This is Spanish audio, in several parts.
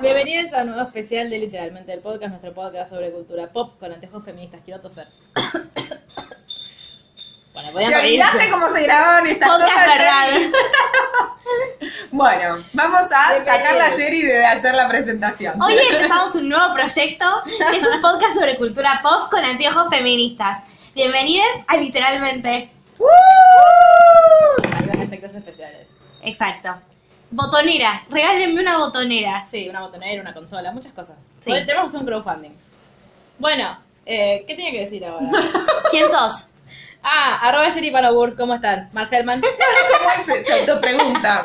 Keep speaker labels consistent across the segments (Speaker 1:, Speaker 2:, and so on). Speaker 1: Bienvenidos a un nuevo especial de Literalmente el Podcast, nuestro podcast sobre cultura pop con antejos feministas. Quiero toser. bueno, voy a
Speaker 2: Te
Speaker 1: reír.
Speaker 2: olvidaste cómo se grababan estas cosas. Jerry? Bueno, vamos a sacar la Jerry de hacer la presentación.
Speaker 3: Hoy empezamos un nuevo proyecto que es un podcast sobre cultura pop con anteojos feministas. Bienvenidos a literalmente.
Speaker 1: Algunos efectos especiales.
Speaker 3: Exacto. Botonera. Regálenme una botonera.
Speaker 1: Sí, una botonera, una consola, muchas cosas.
Speaker 3: Sí.
Speaker 1: Bueno, Tenemos un crowdfunding. Bueno, eh, ¿qué tenía que decir ahora?
Speaker 3: ¿Quién sos?
Speaker 1: ah, arroba Jerry Panoburs, ¿cómo están? Mark Hellman.
Speaker 2: ¿Cómo se, se autopregunta?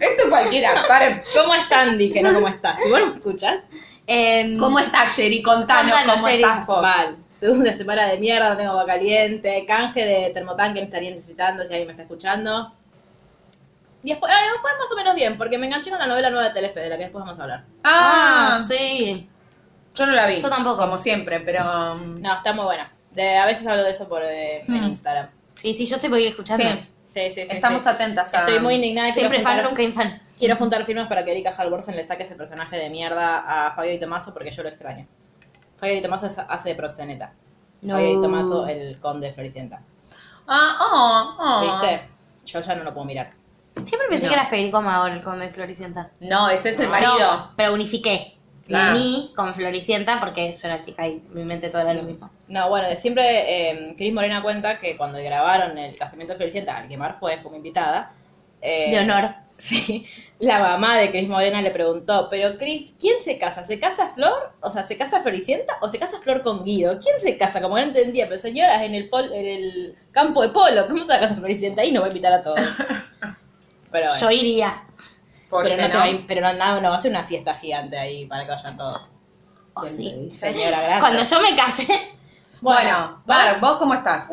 Speaker 2: Esto cualquiera. Paren.
Speaker 1: ¿Cómo están? Dije, no, ¿cómo estás? Si vos no me escuchas,
Speaker 3: Em,
Speaker 2: ¿Cómo estás, Jerry? Contanos,
Speaker 3: Contanos,
Speaker 2: cómo
Speaker 3: Jerry.
Speaker 2: estás vos.
Speaker 1: mal. Tuve una semana de mierda, no tengo agua caliente, canje de termotanque me estaría necesitando si alguien me está escuchando. Y después, ay, después más o menos bien, porque me enganché con la novela nueva de Telefe, de la que después vamos a hablar.
Speaker 2: Ah,
Speaker 3: Ah, sí.
Speaker 2: yo no la vi.
Speaker 3: Yo tampoco.
Speaker 2: Como siempre, pero. um,
Speaker 1: No, está muy buena. De- a veces hablo de eso por eh, en Instagram.
Speaker 3: Sí, sí, yo te voy a ir escuchando.
Speaker 2: Sí,
Speaker 1: Sí, sí, sí.
Speaker 2: estamos
Speaker 1: sí.
Speaker 2: atentas a.
Speaker 1: Estoy muy indignada. y
Speaker 3: Siempre
Speaker 1: quiero
Speaker 3: fan,
Speaker 1: juntar,
Speaker 3: nunca infan.
Speaker 1: Quiero juntar firmas para que Erika Halvorsen le saque ese personaje de mierda a Fabio Di Tomaso porque yo lo extraño. Fabio Di Tomaso es- hace de proxeneta.
Speaker 3: No.
Speaker 1: Fabio Di Tomaso, el conde de Floricienta.
Speaker 2: Ah, oh, oh.
Speaker 1: ¿Viste? Yo ya no lo puedo mirar.
Speaker 3: Siempre pensé
Speaker 2: No.
Speaker 3: que era Federico Magol con Floricienta.
Speaker 2: No, ese es el marido.
Speaker 3: No, pero unifiqué.
Speaker 2: Claro.
Speaker 3: Ni con Floricienta porque yo era chica y mi mente todo era lo mismo.
Speaker 1: No, bueno, de siempre eh, Cris Morena cuenta que cuando grabaron el casamiento de Floricienta, al que Mar fue como invitada, eh,
Speaker 3: De honor.
Speaker 1: Sí, la mamá de Cris Morena le preguntó, pero Cris, ¿quién se casa? ¿Se casa Flor? O sea, ¿se casa Floricienta o se casa Flor con Guido? ¿Quién se casa? Como no entendía, pero señoras, en el, pol- en el campo de polo, ¿cómo se va a casar Floricienta? Ahí no va a invitar a todos. Pero bueno,
Speaker 3: Yo iría.
Speaker 2: ¿Por
Speaker 1: pero,
Speaker 2: qué
Speaker 1: no te va a in- pero no, no, no va a ser una fiesta gigante ahí para que vayan todos.
Speaker 3: O
Speaker 1: Siempre
Speaker 3: sí.
Speaker 1: dice, Señora, gracias.
Speaker 3: Cuando yo me casé,
Speaker 2: Bueno, Mar, ¿vos cómo estás?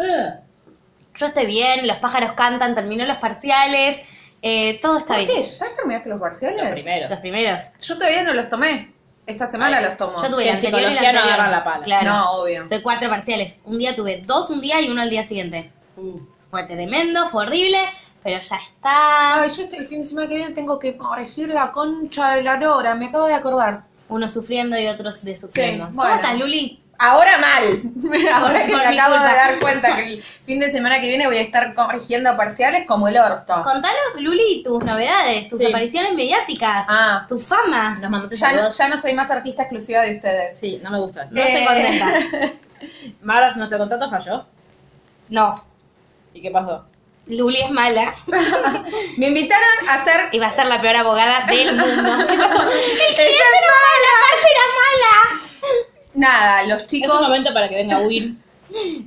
Speaker 3: yo estoy bien, los pájaros cantan, terminó los parciales, eh, todo está
Speaker 2: ¿Por
Speaker 3: bien.
Speaker 2: qué? ¿Ya terminaste los parciales?
Speaker 1: Uh, Lo primero.
Speaker 3: Los primeros.
Speaker 2: Yo todavía no los tomé. Esta semana
Speaker 1: Ay,
Speaker 2: los tomo.
Speaker 3: Yo tuve
Speaker 1: Que
Speaker 3: el
Speaker 1: en
Speaker 3: anterior y el
Speaker 1: psicología no
Speaker 3: anterior.
Speaker 1: agarran la pala.
Speaker 3: Claro.
Speaker 2: No, obvio.
Speaker 3: Tuve cuatro parciales. Un día tuve dos un día y uno al día siguiente. Fue tremendo, fue horrible, pero ya está.
Speaker 2: Ay, yo este- el fin de semana que viene tengo que corregir la concha de la lora, me acabo de acordar.
Speaker 3: Uno sufriendo y otros desufriendo.
Speaker 2: Sí,
Speaker 3: ¿Cómo
Speaker 2: bueno.
Speaker 3: estás, Luli?
Speaker 2: Ahora mal. Ahora que
Speaker 3: Por
Speaker 2: me
Speaker 3: mi
Speaker 2: acabo
Speaker 3: culpa.
Speaker 2: de dar cuenta que el fin de semana que viene voy a estar corrigiendo parciales como el orto.
Speaker 3: Contanos, Luli, tus novedades, tus
Speaker 1: Sí.
Speaker 3: apariciones mediáticas,
Speaker 2: Ah,
Speaker 3: tu fama.
Speaker 1: Nos mandaste
Speaker 2: ya no,
Speaker 1: saludos.
Speaker 2: ya no soy más artista exclusiva de ustedes.
Speaker 1: Sí, no me gusta.
Speaker 3: No estoy
Speaker 2: Eh.
Speaker 3: contenta.
Speaker 1: Mar, nuestro contrato falló.
Speaker 3: No,
Speaker 1: ¿Y qué pasó?
Speaker 3: Luli es mala
Speaker 2: Me invitaron a hacer...
Speaker 3: y va a ser la peor abogada del mundo. ¿Qué pasó? El
Speaker 2: Ella
Speaker 3: cliente era mala, parte era mala.
Speaker 2: Nada, los
Speaker 1: Es un
Speaker 2: chicos...
Speaker 1: momento para que venga Will.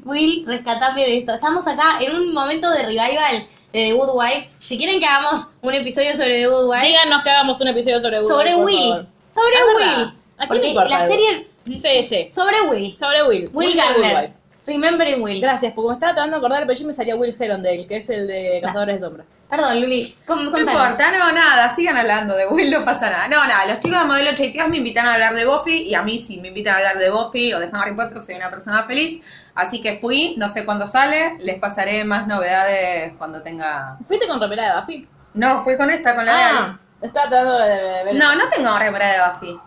Speaker 3: Will, rescatame de esto. Estamos acá en un momento de revival de The Good Wife. Si quieren que hagamos un episodio sobre The Good Wife,
Speaker 1: Díganos que hagamos un episodio sobre Will.
Speaker 3: sobre
Speaker 1: por
Speaker 3: Will.
Speaker 1: favor.
Speaker 3: Sobre
Speaker 1: Es verdad. ¿A
Speaker 3: Will.
Speaker 1: quién le
Speaker 3: Porque
Speaker 1: importa
Speaker 3: la
Speaker 1: de
Speaker 3: serie.
Speaker 1: Sí, sí.
Speaker 3: Sobre Will.
Speaker 1: Sobre Will.
Speaker 3: Will,
Speaker 1: de Good
Speaker 3: Gardner.
Speaker 1: Wife.
Speaker 3: Remembering Will.
Speaker 1: Gracias, porque me estaba tratando de acordar, pero yo me salía Will Herondale, que es el de Cazadores de Sombra.
Speaker 3: Perdón, Luli. con-
Speaker 2: No
Speaker 3: contanos.
Speaker 2: importa, no, nada, sigan hablando de Will, no pasa nada. No, nada, los chicos de Modelo Cheiteos me invitaron a hablar de Buffy y a mí si me invitan a hablar de Buffy o de Harry Potter soy una persona feliz. Así que fui, no sé cuándo sale, les pasaré más novedades cuando tenga...
Speaker 1: ¿Fuiste con remera de Buffy? Ah.
Speaker 2: No, fui con esta, con la de Alf.
Speaker 1: Estaba tratando de, de ver.
Speaker 2: No, no tengo remera de Buffy.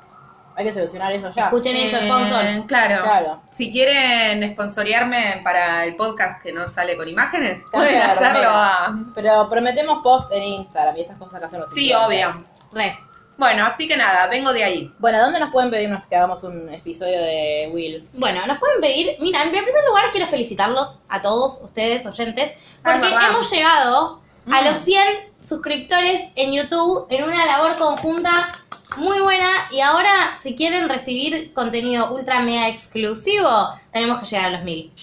Speaker 1: Hay que solucionar eso ya.
Speaker 3: Escuchen eso, sponsors.
Speaker 2: Eh, claro.
Speaker 1: Claro.
Speaker 2: Si quieren sponsorearme para el podcast que no sale con imágenes,
Speaker 1: Cambia
Speaker 2: pueden
Speaker 1: la
Speaker 2: hacerlo
Speaker 1: remera.
Speaker 2: a...
Speaker 1: Pero prometemos post en Instagram y esas cosas que hacen los
Speaker 2: Sí, obvio.
Speaker 1: influencers.
Speaker 3: Re.
Speaker 2: Bueno, así que nada, vengo de ahí.
Speaker 1: Bueno, ¿dónde nos pueden pedirnos que hagamos un episodio de Will?
Speaker 3: Bueno, nos pueden pedir. Mira, en primer lugar quiero felicitarlos a todos ustedes, oyentes,
Speaker 2: Ah, es
Speaker 3: porque
Speaker 2: verdad.
Speaker 3: hemos llegado a
Speaker 2: Mm.
Speaker 3: los 100 suscriptores en YouTube en una labor conjunta muy buena. Y ahora, si
Speaker 2: Hmm.
Speaker 3: quieren recibir contenido ultra mega exclusivo, tenemos que llegar a los 1000.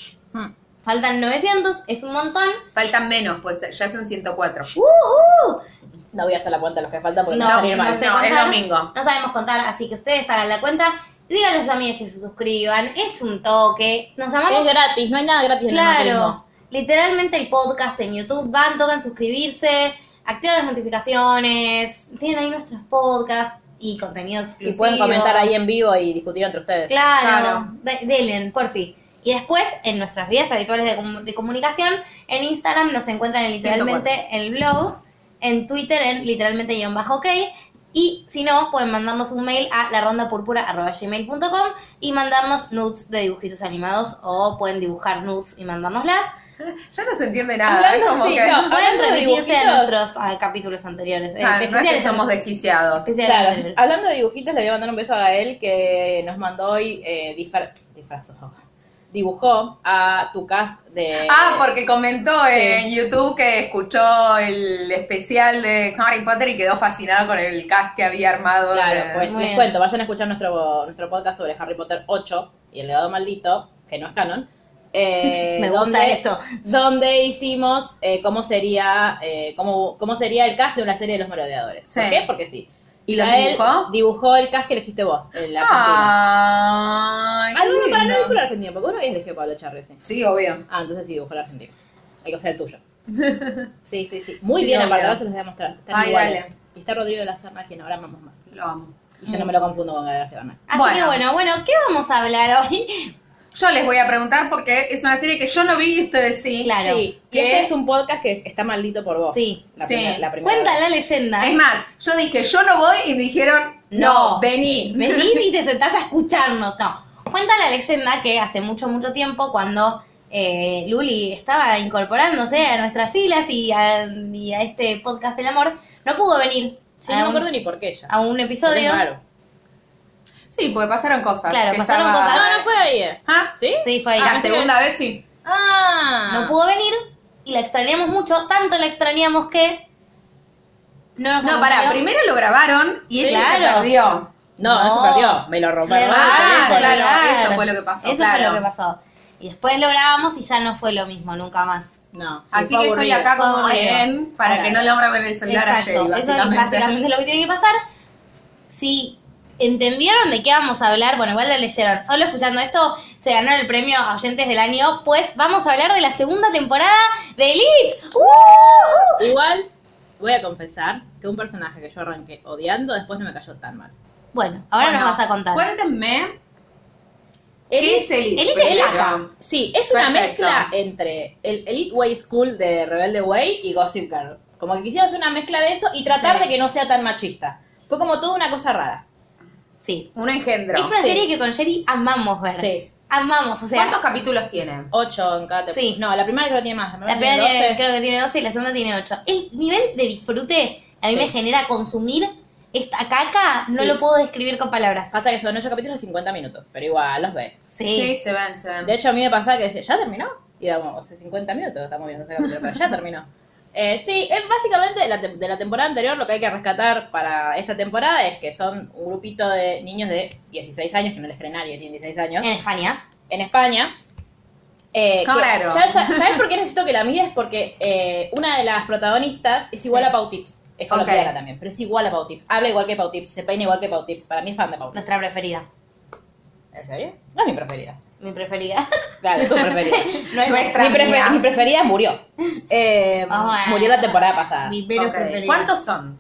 Speaker 3: Faltan 900, es un montón.
Speaker 2: Faltan menos, pues ya son 104.
Speaker 1: No voy a hacer la cuenta de los que faltan porque
Speaker 3: No,
Speaker 1: me va a salir
Speaker 3: no
Speaker 1: mal.
Speaker 3: sé
Speaker 2: no, es
Speaker 3: contar.
Speaker 2: domingo.
Speaker 3: No sabemos contar, así que ustedes hagan la cuenta. Díganle a sus amigos que se suscriban. Es un toque. Nos
Speaker 1: Es
Speaker 3: llamamos.
Speaker 1: gratis, no hay nada gratis en el
Speaker 3: claro.
Speaker 1: macrismo.
Speaker 3: Literalmente el podcast en YouTube. Van, tocan suscribirse, activan las notificaciones. Tienen ahí nuestros podcasts y contenido exclusivo.
Speaker 1: Y pueden comentar ahí en vivo y discutir entre ustedes.
Speaker 3: Claro, de- delen, por fin. Y después, en nuestras vías habituales de, comu- de comunicación, en Instagram nos encuentran en literalmente el blog, en Twitter en literalmente guión bajo ok, y si no, pueden mandarnos un mail a larondapurpura.gmail.com y mandarnos nudes de dibujitos animados o pueden dibujar nudes y mandárnoslas.
Speaker 2: Ya no se entiende nada.
Speaker 1: Hablando,
Speaker 2: es como
Speaker 1: sí,
Speaker 2: que,
Speaker 1: no.
Speaker 3: Pueden
Speaker 1: Hablando de
Speaker 3: remitirse a
Speaker 1: dibujitos.
Speaker 3: nuestros ah, capítulos anteriores. eh,
Speaker 2: Ah, no es que
Speaker 3: especiales
Speaker 2: somos desquiciados.
Speaker 3: especiales
Speaker 1: Claro,
Speaker 3: anteriores.
Speaker 1: hablando de dibujitos, le voy a mandar un beso a Gael que nos mandó hoy eh, disfra- disfrazó, dibujó a tu cast de...
Speaker 2: Ah, porque comentó en YouTube que escuchó el especial de Harry Potter y quedó fascinado con el cast que había armado. de-
Speaker 1: Claro, pues
Speaker 3: Muy
Speaker 1: les
Speaker 3: bien.
Speaker 1: cuento, vayan a escuchar nuestro, nuestro podcast sobre Harry Potter 8 y el legado maldito, que no es canon. eh,
Speaker 3: Me gusta
Speaker 1: donde-
Speaker 3: esto.
Speaker 1: donde hicimos eh, cómo sería eh, cómo, cómo sería el cast de una serie de los merodeadores.
Speaker 2: Sí.
Speaker 1: ¿Por qué? Porque sí.
Speaker 2: ¿Y lo
Speaker 1: Gael
Speaker 2: dibujó? Ah,
Speaker 1: el cast que elegiste vos, el argentino.
Speaker 2: Ay, qué
Speaker 1: Algo para no
Speaker 2: lindo.
Speaker 1: dibujar el argentino, porque vos no habías elegido a Pablo Charri, sí.
Speaker 2: Sí, obvio.
Speaker 1: Ah, entonces sí dibujó el argentino. Hay que usar el tuyo. Sí, sí, sí. Muy
Speaker 2: Sí,
Speaker 1: bien,
Speaker 2: no,
Speaker 1: aparte,
Speaker 2: bien.
Speaker 1: ahora se los voy a mostrar. Están
Speaker 2: Ay,
Speaker 1: iguales.
Speaker 2: dale.
Speaker 1: Y está Rodrigo de la Serna, quien ahora amamos más.
Speaker 2: Lo amo.
Speaker 1: Y yo no me lo confundo con Gael García Bernal.
Speaker 3: Así que
Speaker 2: Bueno.
Speaker 3: bueno, bueno, ¿qué vamos a hablar hoy?
Speaker 2: Yo les voy a preguntar porque es una serie que yo no vi y ustedes sí.
Speaker 3: Claro.
Speaker 1: Sí, y
Speaker 2: ¿Qué?
Speaker 1: este es un podcast que está maldito por vos.
Speaker 3: Sí,
Speaker 1: la
Speaker 2: sí.
Speaker 1: primera- la primera
Speaker 3: Cuenta
Speaker 1: vez.
Speaker 3: la leyenda.
Speaker 2: Es más, yo dije, yo no voy y me dijeron, no,
Speaker 3: No.
Speaker 2: vení.
Speaker 3: Venís y te sentás a escucharnos. No. Cuenta la leyenda que hace mucho, mucho tiempo, cuando eh, Luli estaba incorporándose a nuestras filas y a, y a este podcast del amor, no pudo venir
Speaker 1: Sí, no
Speaker 2: Ah,
Speaker 3: a,
Speaker 1: me
Speaker 3: un,
Speaker 1: acuerdo ni por qué ya.
Speaker 3: a un
Speaker 1: Porque
Speaker 3: episodio.
Speaker 1: es raro.
Speaker 2: Sí, porque pasaron cosas.
Speaker 3: Claro,
Speaker 2: que
Speaker 3: pasaron
Speaker 2: estaba-
Speaker 3: cosas.
Speaker 1: No, no fue ayer.
Speaker 2: Ah,
Speaker 1: ¿Sí?
Speaker 3: Sí, fue ahí.
Speaker 2: la segunda vez sí.
Speaker 1: Ah.
Speaker 3: No pudo venir y la extrañamos mucho. Tanto la extrañamos que. No nos
Speaker 2: No, pará,
Speaker 3: acompañó.
Speaker 2: primero lo grabaron y
Speaker 3: Sí,
Speaker 2: ese se
Speaker 3: claro.
Speaker 2: perdió.
Speaker 1: No, no,
Speaker 3: No.
Speaker 1: se perdió. Me lo
Speaker 3: Le
Speaker 1: robaron.
Speaker 3: robaron
Speaker 2: Ah,
Speaker 3: el teléfono,
Speaker 2: claro,
Speaker 3: claro.
Speaker 2: eso fue lo que pasó,
Speaker 3: Eso
Speaker 2: claro.
Speaker 3: fue lo que pasó. Y después lo grabamos y ya no fue lo mismo, nunca más.
Speaker 1: No. sí,
Speaker 2: Así
Speaker 1: fue
Speaker 2: que estoy
Speaker 1: aburrido.
Speaker 2: acá
Speaker 3: fue
Speaker 2: como
Speaker 3: aburrido.
Speaker 2: rehén para
Speaker 1: Claro.
Speaker 2: que no lograban el celular a Jerry,
Speaker 3: Exacto, eso es básicamente lo que tiene que pasar. Si entendieron de qué vamos a hablar, bueno, igual la leyeron, solo escuchando esto se ganó el premio a Oyentes del Año, pues vamos a hablar de la segunda temporada de Elite. ¡Uh!
Speaker 1: Igual, voy a confesar que un personaje que yo arranqué odiando después no me cayó tan mal.
Speaker 3: Bueno, ahora
Speaker 2: Bueno, pues-
Speaker 3: nos vas a contar.
Speaker 2: Cuéntenme
Speaker 1: Elite-
Speaker 2: qué es el
Speaker 3: Elite es
Speaker 2: primero?
Speaker 3: caca.
Speaker 1: Sí, es una
Speaker 2: Perfecto.
Speaker 1: mezcla entre el Elite Way School de Rebelde Way y Gossip Girl. Como que quisiera hacer una mezcla de eso y tratar
Speaker 2: Sí.
Speaker 1: de que no sea tan machista. Fue como toda una cosa rara.
Speaker 3: Sí.
Speaker 2: Un engendro.
Speaker 3: es una
Speaker 1: Sí.
Speaker 3: serie que con Jerry amamos ver.
Speaker 1: Sí.
Speaker 3: Amamos, o sea,
Speaker 2: ¿Cuántos capítulos tiene?
Speaker 1: Ocho en cada temporada.
Speaker 3: Sí.
Speaker 1: No, la primera creo que tiene más.
Speaker 3: la primera tiene- creo que tiene 12 y la segunda tiene 8. El nivel de disfrute a mí
Speaker 1: Sí.
Speaker 3: me genera consumir esta caca, no
Speaker 1: Sí.
Speaker 3: lo puedo describir con palabras.
Speaker 1: Pasa que son ocho capítulos de 50 minutos, pero igual los ves.
Speaker 3: sí.
Speaker 2: se ven, se ven.
Speaker 1: De hecho, a mí me pasaba que decía, ¿ya terminó? Y era como, hace 50 minutos estamos viendo ese capítulo, pero ya terminó. Eh, sí, es básicamente de la, tem- de la temporada anterior lo que hay que rescatar para esta temporada es que son un grupito de niños de 16 años, que no les cree nadie, tienen 16 años,
Speaker 3: en España.
Speaker 1: en España. Eh, que-
Speaker 2: Claro.
Speaker 1: ya sa- ¿Sabes por qué necesito que la mires? Porque eh, una de las protagonistas es igual
Speaker 2: Sí.
Speaker 1: a Pau Tips. Es colombiana también, pero es igual a Pau Tips. Habla igual que Pau Tips, se peina igual que Pau Tips. Para mí es fan de Pau Tips.
Speaker 3: Nuestra preferida.
Speaker 1: ¿En serio? No es mi preferida.
Speaker 3: Mi preferida.
Speaker 1: Claro, es tu preferida.
Speaker 3: No es
Speaker 2: Nuestra
Speaker 1: Mi, prefe-
Speaker 2: amiga.
Speaker 1: mi preferida murió. Eh,
Speaker 3: Ah,
Speaker 1: murió la temporada pasada.
Speaker 3: Mi pelo
Speaker 2: Ok.
Speaker 3: preferida.
Speaker 2: ¿Cuántos son?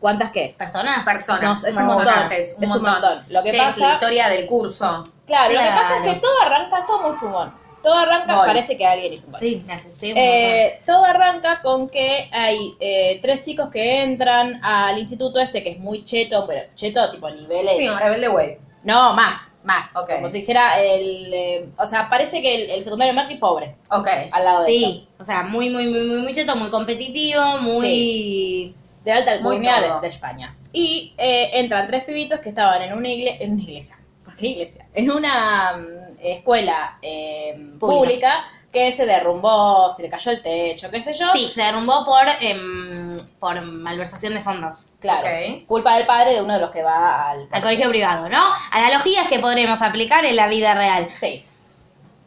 Speaker 1: ¿Cuántas qué?
Speaker 3: personas?
Speaker 2: Personas.
Speaker 1: No, es un montón.
Speaker 2: personajes,
Speaker 1: Es un montón. Lo que
Speaker 2: ¿Qué es
Speaker 1: pasa-
Speaker 2: la historia del curso.
Speaker 1: Claro, lo que
Speaker 3: Claro.
Speaker 1: pasa es que todo arranca, todo muy fumón. Todo arranca,
Speaker 2: Gol.
Speaker 1: parece que alguien hizo un gol.
Speaker 3: Sí, me asusté un montón.
Speaker 1: Eh, todo arranca con que hay eh, tres chicos que entran al instituto este que es muy cheto, pero cheto tipo niveles.
Speaker 2: Sí, un rebelde güey.
Speaker 1: No, más, más.
Speaker 2: Ok.
Speaker 1: Como si dijera el. eh, o sea, parece que el, el secundario de Macri es pobre
Speaker 2: Ok.
Speaker 1: al lado de esto.
Speaker 3: Sí, o sea, muy, muy, muy, muy, muy cheto, muy competitivo, muy...
Speaker 1: de alta
Speaker 2: Muy
Speaker 1: alcurnia
Speaker 2: todo.
Speaker 1: de, de España. Y eh, entran tres pibitos que estaban en una, igle- en una iglesia, ¿por qué iglesia? En una mm, escuela eh, pública. que se derrumbó, se le cayó el techo, qué sé yo.
Speaker 3: Sí, se derrumbó por, em, por malversación de fondos.
Speaker 1: Claro.
Speaker 2: Ok.
Speaker 1: Culpa del padre de uno de los que va al...
Speaker 3: Al colegio privado, ¿no? Analogías que podremos aplicar en la vida real.
Speaker 1: Sí.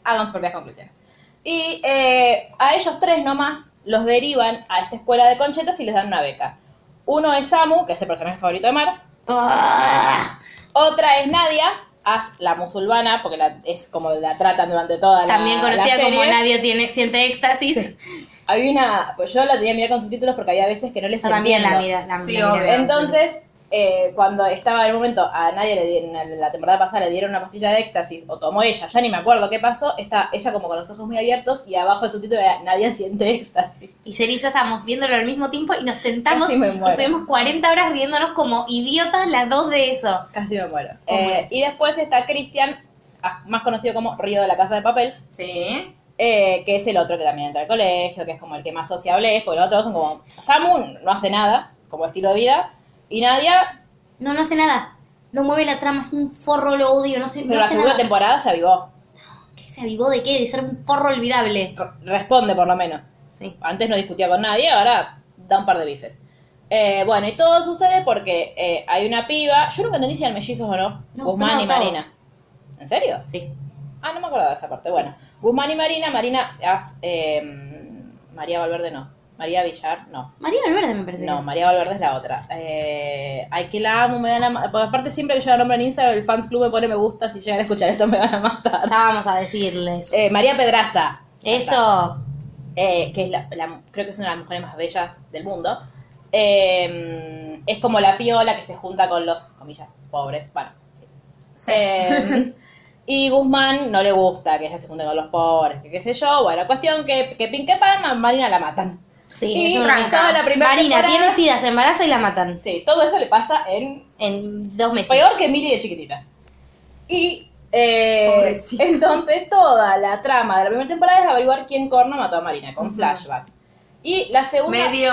Speaker 1: Hagamos sus propias conclusiones. Y eh, a ellos tres nomás los derivan a esta escuela de conchetas y les dan una beca. Uno es Samu, que es el personaje favorito de Mar.
Speaker 3: Ah.
Speaker 1: Otra es Nadia, as la musulmana, porque la- es como la tratan durante toda la
Speaker 3: También conocida
Speaker 1: la
Speaker 3: como
Speaker 1: serie.
Speaker 3: Nadie tiene, siente éxtasis.
Speaker 1: Había una, pues yo la tenía que mirar con subtítulos porque había veces que no les
Speaker 3: Yo también la
Speaker 1: entiendo.
Speaker 3: mira. La,
Speaker 2: Sí,
Speaker 3: la mira.
Speaker 2: obvio.
Speaker 1: Entonces, eh, cuando estaba en el momento, a nadie le dieron, en la temporada pasada le dieron una pastilla de éxtasis, o tomó ella, ya ni me acuerdo qué pasó, está ella como con los ojos muy abiertos y abajo el subtítulo era Nadie siente éxtasis.
Speaker 3: Y Jerry y yo estábamos viéndolo al mismo tiempo y nos sentamos
Speaker 1: Casi me
Speaker 3: y
Speaker 1: muero.
Speaker 3: estuvimos 40 horas riéndonos como idiotas las dos de eso.
Speaker 1: Casi me muero.
Speaker 3: ¿Cómo
Speaker 1: Eh,
Speaker 3: es?
Speaker 1: y después está Cristian, ah, más conocido como Río de la Casa de Papel,
Speaker 2: Sí.
Speaker 1: eh, que es el otro que también entra al colegio, que es como el que más sociable es, porque los otros son como Samun no hace nada, como estilo de vida, y Nadia,
Speaker 3: No, no hace nada. No mueve la trama, es un forro, lo odio, no, sé,
Speaker 1: pero
Speaker 3: no
Speaker 1: la
Speaker 3: hace
Speaker 1: segunda
Speaker 3: nada.
Speaker 1: temporada se avivó.
Speaker 3: ¿Qué se avivó de qué? De ser un forro olvidable.
Speaker 1: R- Responde por lo menos.
Speaker 3: Sí.
Speaker 1: antes no discutía con nadie, ahora da un par de bifes. Eh, bueno, y todo sucede porque eh, hay una piba, yo nunca entendí si eran mellizos o no,
Speaker 3: No,
Speaker 1: Guzmán
Speaker 3: son
Speaker 1: y
Speaker 3: adoptados.
Speaker 1: Marina. ¿En serio?
Speaker 3: Sí.
Speaker 1: Ah, no me acordaba de esa parte. Bueno, Guzmán y Marina, Marina, as- em, María Valverde no, María Villar no.
Speaker 3: María Valverde me parece.
Speaker 1: No, María Valverde es la otra. Eh, ay, que la amo, me dan a ma- porque aparte siempre que yo la nombro en Instagram, el fans club me pone me gusta, si llegan a escuchar esto me van a matar.
Speaker 3: Ya vamos a decirles.
Speaker 1: Eh, María Pedraza,
Speaker 3: Eso.
Speaker 1: eh, que es la, la- creo que es una de las mujeres más bellas del mundo, eh, es como la piola que se junta con los, comillas, pobres, bueno. sí. Eh, y Guzmán no le gusta que ella se junte con los pobres, que qué sé yo. Bueno, cuestión que, que pin que pan, a Marina la matan.
Speaker 3: Sí,
Speaker 1: Y
Speaker 3: es una
Speaker 1: arrancaba
Speaker 3: cagada.
Speaker 1: la primera
Speaker 3: Marina
Speaker 1: temporada.
Speaker 3: tiene sida, se embaraza y la matan.
Speaker 1: Sí, todo eso le pasa en
Speaker 3: En dos meses.
Speaker 1: Peor que Miri de chiquititas. Y eh,
Speaker 2: Pobrecita.
Speaker 1: entonces toda la trama de la primera temporada es averiguar quién corno mató a Marina, con flashbacks. Y la segunda...
Speaker 2: Medio.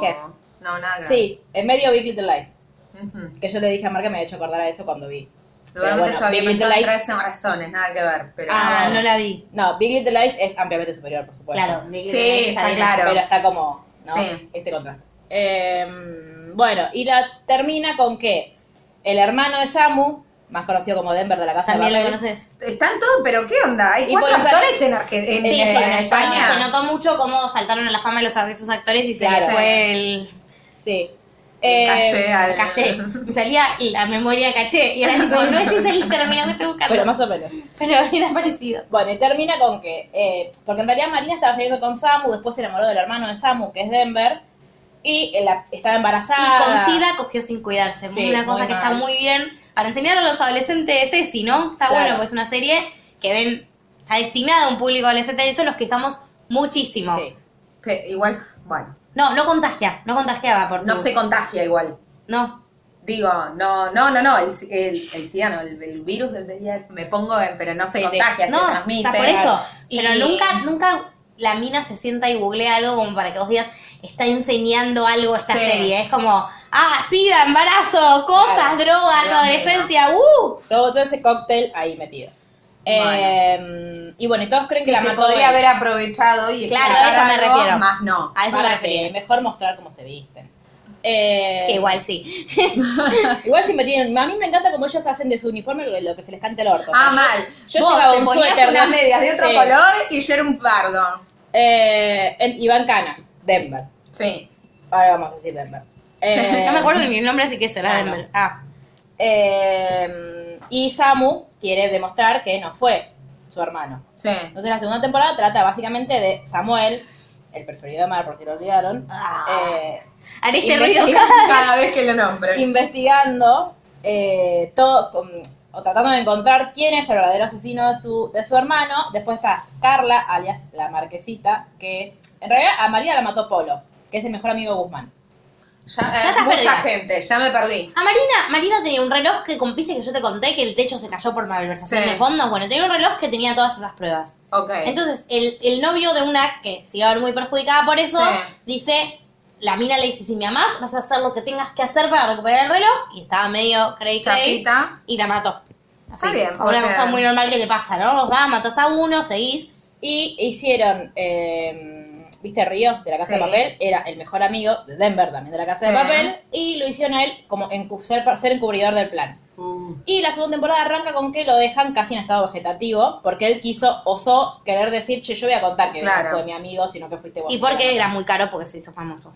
Speaker 1: ¿Qué?
Speaker 2: No, nada.
Speaker 1: Sí, en medio Big Little Lies.
Speaker 2: Ujú.
Speaker 1: Que yo le dije a Mar que me había hecho acordar a eso cuando vi.
Speaker 2: Igualmente
Speaker 1: bueno,
Speaker 2: yo había
Speaker 1: Big Little
Speaker 2: pensado en
Speaker 1: Lies-
Speaker 2: 13 razones, nada que ver. Pero
Speaker 3: Ah, no la vi.
Speaker 1: No, Big Little Lies es ampliamente superior, por supuesto.
Speaker 3: Claro. Big
Speaker 2: Sí,
Speaker 3: Little Lies
Speaker 2: está
Speaker 3: bien.
Speaker 2: claro.
Speaker 1: Pero está como, ¿no?
Speaker 2: Sí.
Speaker 1: Este contraste. Eh, bueno, y la termina con que el hermano de Samu, más conocido como Denver de la Casa
Speaker 3: También
Speaker 1: de
Speaker 3: lo
Speaker 1: Papel,
Speaker 3: conoces.
Speaker 2: Están todos, pero ¿qué onda? Hay
Speaker 1: Y
Speaker 2: cuatro
Speaker 1: por eso-
Speaker 2: actores en, Arge- en,
Speaker 3: Sí,
Speaker 2: en-
Speaker 3: sí,
Speaker 2: en
Speaker 3: no,
Speaker 2: España.
Speaker 3: Se notó mucho cómo saltaron a la fama los, esos actores y se
Speaker 1: Claro.
Speaker 3: les fue el
Speaker 1: Sí.
Speaker 2: Eh,
Speaker 1: eh, em,
Speaker 2: Calle al-
Speaker 3: caché. Me salía la memoria caché. Y era como, no es ese el término que estoy buscando.
Speaker 1: Pero más o menos.
Speaker 3: Pero bien parecido.
Speaker 1: Bueno, y termina con que, eh, porque en realidad Marina estaba saliendo con Samu, después se enamoró del hermano de Samu, que es Denver, y eh, la- estaba embarazada.
Speaker 3: Y con SIDA cogió sin cuidarse.
Speaker 1: Ah. Sí,
Speaker 3: una cosa
Speaker 1: muy
Speaker 3: que
Speaker 1: mal.
Speaker 3: está muy bien. Para enseñar a los adolescentes es Ceci, ¿no? Está
Speaker 1: Claro.
Speaker 3: bueno, porque es una serie que ven, está destinada a un público adolescente y eso nos quejamos muchísimo.
Speaker 1: Sí.
Speaker 2: Pe- Igual, bueno,
Speaker 3: No, no contagia, no contagiaba por
Speaker 2: no
Speaker 3: su-
Speaker 2: se contagia igual.
Speaker 3: No,
Speaker 2: Digo, no, no, no, no, el, el, el SIDA, no, el, el virus del VIH, me pongo, en- pero no
Speaker 1: Sí,
Speaker 2: se
Speaker 1: sí.
Speaker 2: contagia,
Speaker 3: no,
Speaker 2: se transmite.
Speaker 3: está por eso.
Speaker 2: Y-
Speaker 3: Pero nunca, nunca la mina se sienta y googlea algo como para que vos digas, está enseñando algo esta
Speaker 2: Sí.
Speaker 3: serie. Es como, ah, sida, embarazo, cosas,
Speaker 1: Claro.
Speaker 3: drogas,
Speaker 2: Dios mío.
Speaker 3: adolescencia, uh.
Speaker 1: Todo, todo ese cóctel ahí metido. Eh, y bueno, y todos creen que
Speaker 2: Que
Speaker 1: la
Speaker 2: se
Speaker 1: mató
Speaker 2: podría
Speaker 1: él.
Speaker 2: haber aprovechado y explotar
Speaker 3: Claro, a eso me
Speaker 2: algo,
Speaker 3: refiero.
Speaker 2: Más no.
Speaker 3: A eso me
Speaker 1: Para
Speaker 3: refería.
Speaker 1: que Mejor mostrar cómo se visten. Eh,
Speaker 3: Que igual sí.
Speaker 1: Igual si me tienen. A mí me encanta cómo ellos hacen de su uniforme lo- lo que se les cante el orto. O sea,
Speaker 2: ah,
Speaker 1: yo-
Speaker 2: mal.
Speaker 1: yo
Speaker 2: Vos
Speaker 1: llevaba
Speaker 2: te
Speaker 1: un
Speaker 2: ponías
Speaker 1: suéter
Speaker 2: unas
Speaker 1: de-
Speaker 2: medias de otro
Speaker 1: sí.
Speaker 2: color y yo era un fardo.
Speaker 1: Eh, en- Iván Cana, Denver.
Speaker 2: Sí.
Speaker 1: Ahora vamos a decir Denver. Eh,
Speaker 3: No me acuerdo ni el nombre, así que será
Speaker 1: Ah,
Speaker 3: Denver. Ah,
Speaker 1: Eh, y Samu quiere demostrar que no fue su hermano.
Speaker 2: Sí.
Speaker 1: Entonces la segunda temporada trata básicamente de Samuel, el preferido de Mar, por si lo olvidaron, eh,
Speaker 3: haré este
Speaker 1: investiga-
Speaker 3: Ah. ruido.
Speaker 2: Cada vez que lo nombro.
Speaker 1: investigando eh, todo, con- o tratando de encontrar quién es el verdadero asesino de su, de su hermano. Después está Carla, alias la marquesita, que es... En realidad a María la mató Polo, que es el mejor amigo de Guzmán.
Speaker 2: Ya, eh,
Speaker 3: Ya estás
Speaker 2: mucha
Speaker 3: perdida.
Speaker 2: gente, ya me perdí.
Speaker 3: A Ah, Marina, Marina tenía un reloj que, con viste que yo te conté que el techo se cayó por malversación
Speaker 2: Sí.
Speaker 3: de fondos. Bueno, tenía un reloj que tenía todas esas pruebas.
Speaker 2: Ok.
Speaker 3: Entonces, el, el novio de una que se iba a ver muy perjudicada por eso,
Speaker 2: Sí.
Speaker 3: dice, la mina le dice, si me amás, vas a hacer lo que tengas que hacer para recuperar el reloj. Y estaba medio cray cray
Speaker 2: Chapita.
Speaker 3: y la mató. Así,
Speaker 2: Está bien,
Speaker 3: Como una
Speaker 2: o sea-
Speaker 3: cosa muy normal que te pasa, ¿no? Vos vas, matás a uno, seguís.
Speaker 1: Y hicieron, eh, ¿viste Río de la Casa
Speaker 2: Sí.
Speaker 1: de Papel? Era el mejor amigo de Denver también de la Casa
Speaker 2: Sí.
Speaker 1: de Papel. Y lo hicieron a él como encu- ser, ser encubridor del plan.
Speaker 3: Mm,
Speaker 1: Y la segunda temporada arranca con que lo dejan casi en estado vegetativo, porque él quiso, osó querer decir, che, yo voy a contar que
Speaker 2: Claro.
Speaker 1: no fue mi amigo, sino que fuiste vos.
Speaker 3: Y porque era muy caro porque se hizo famoso.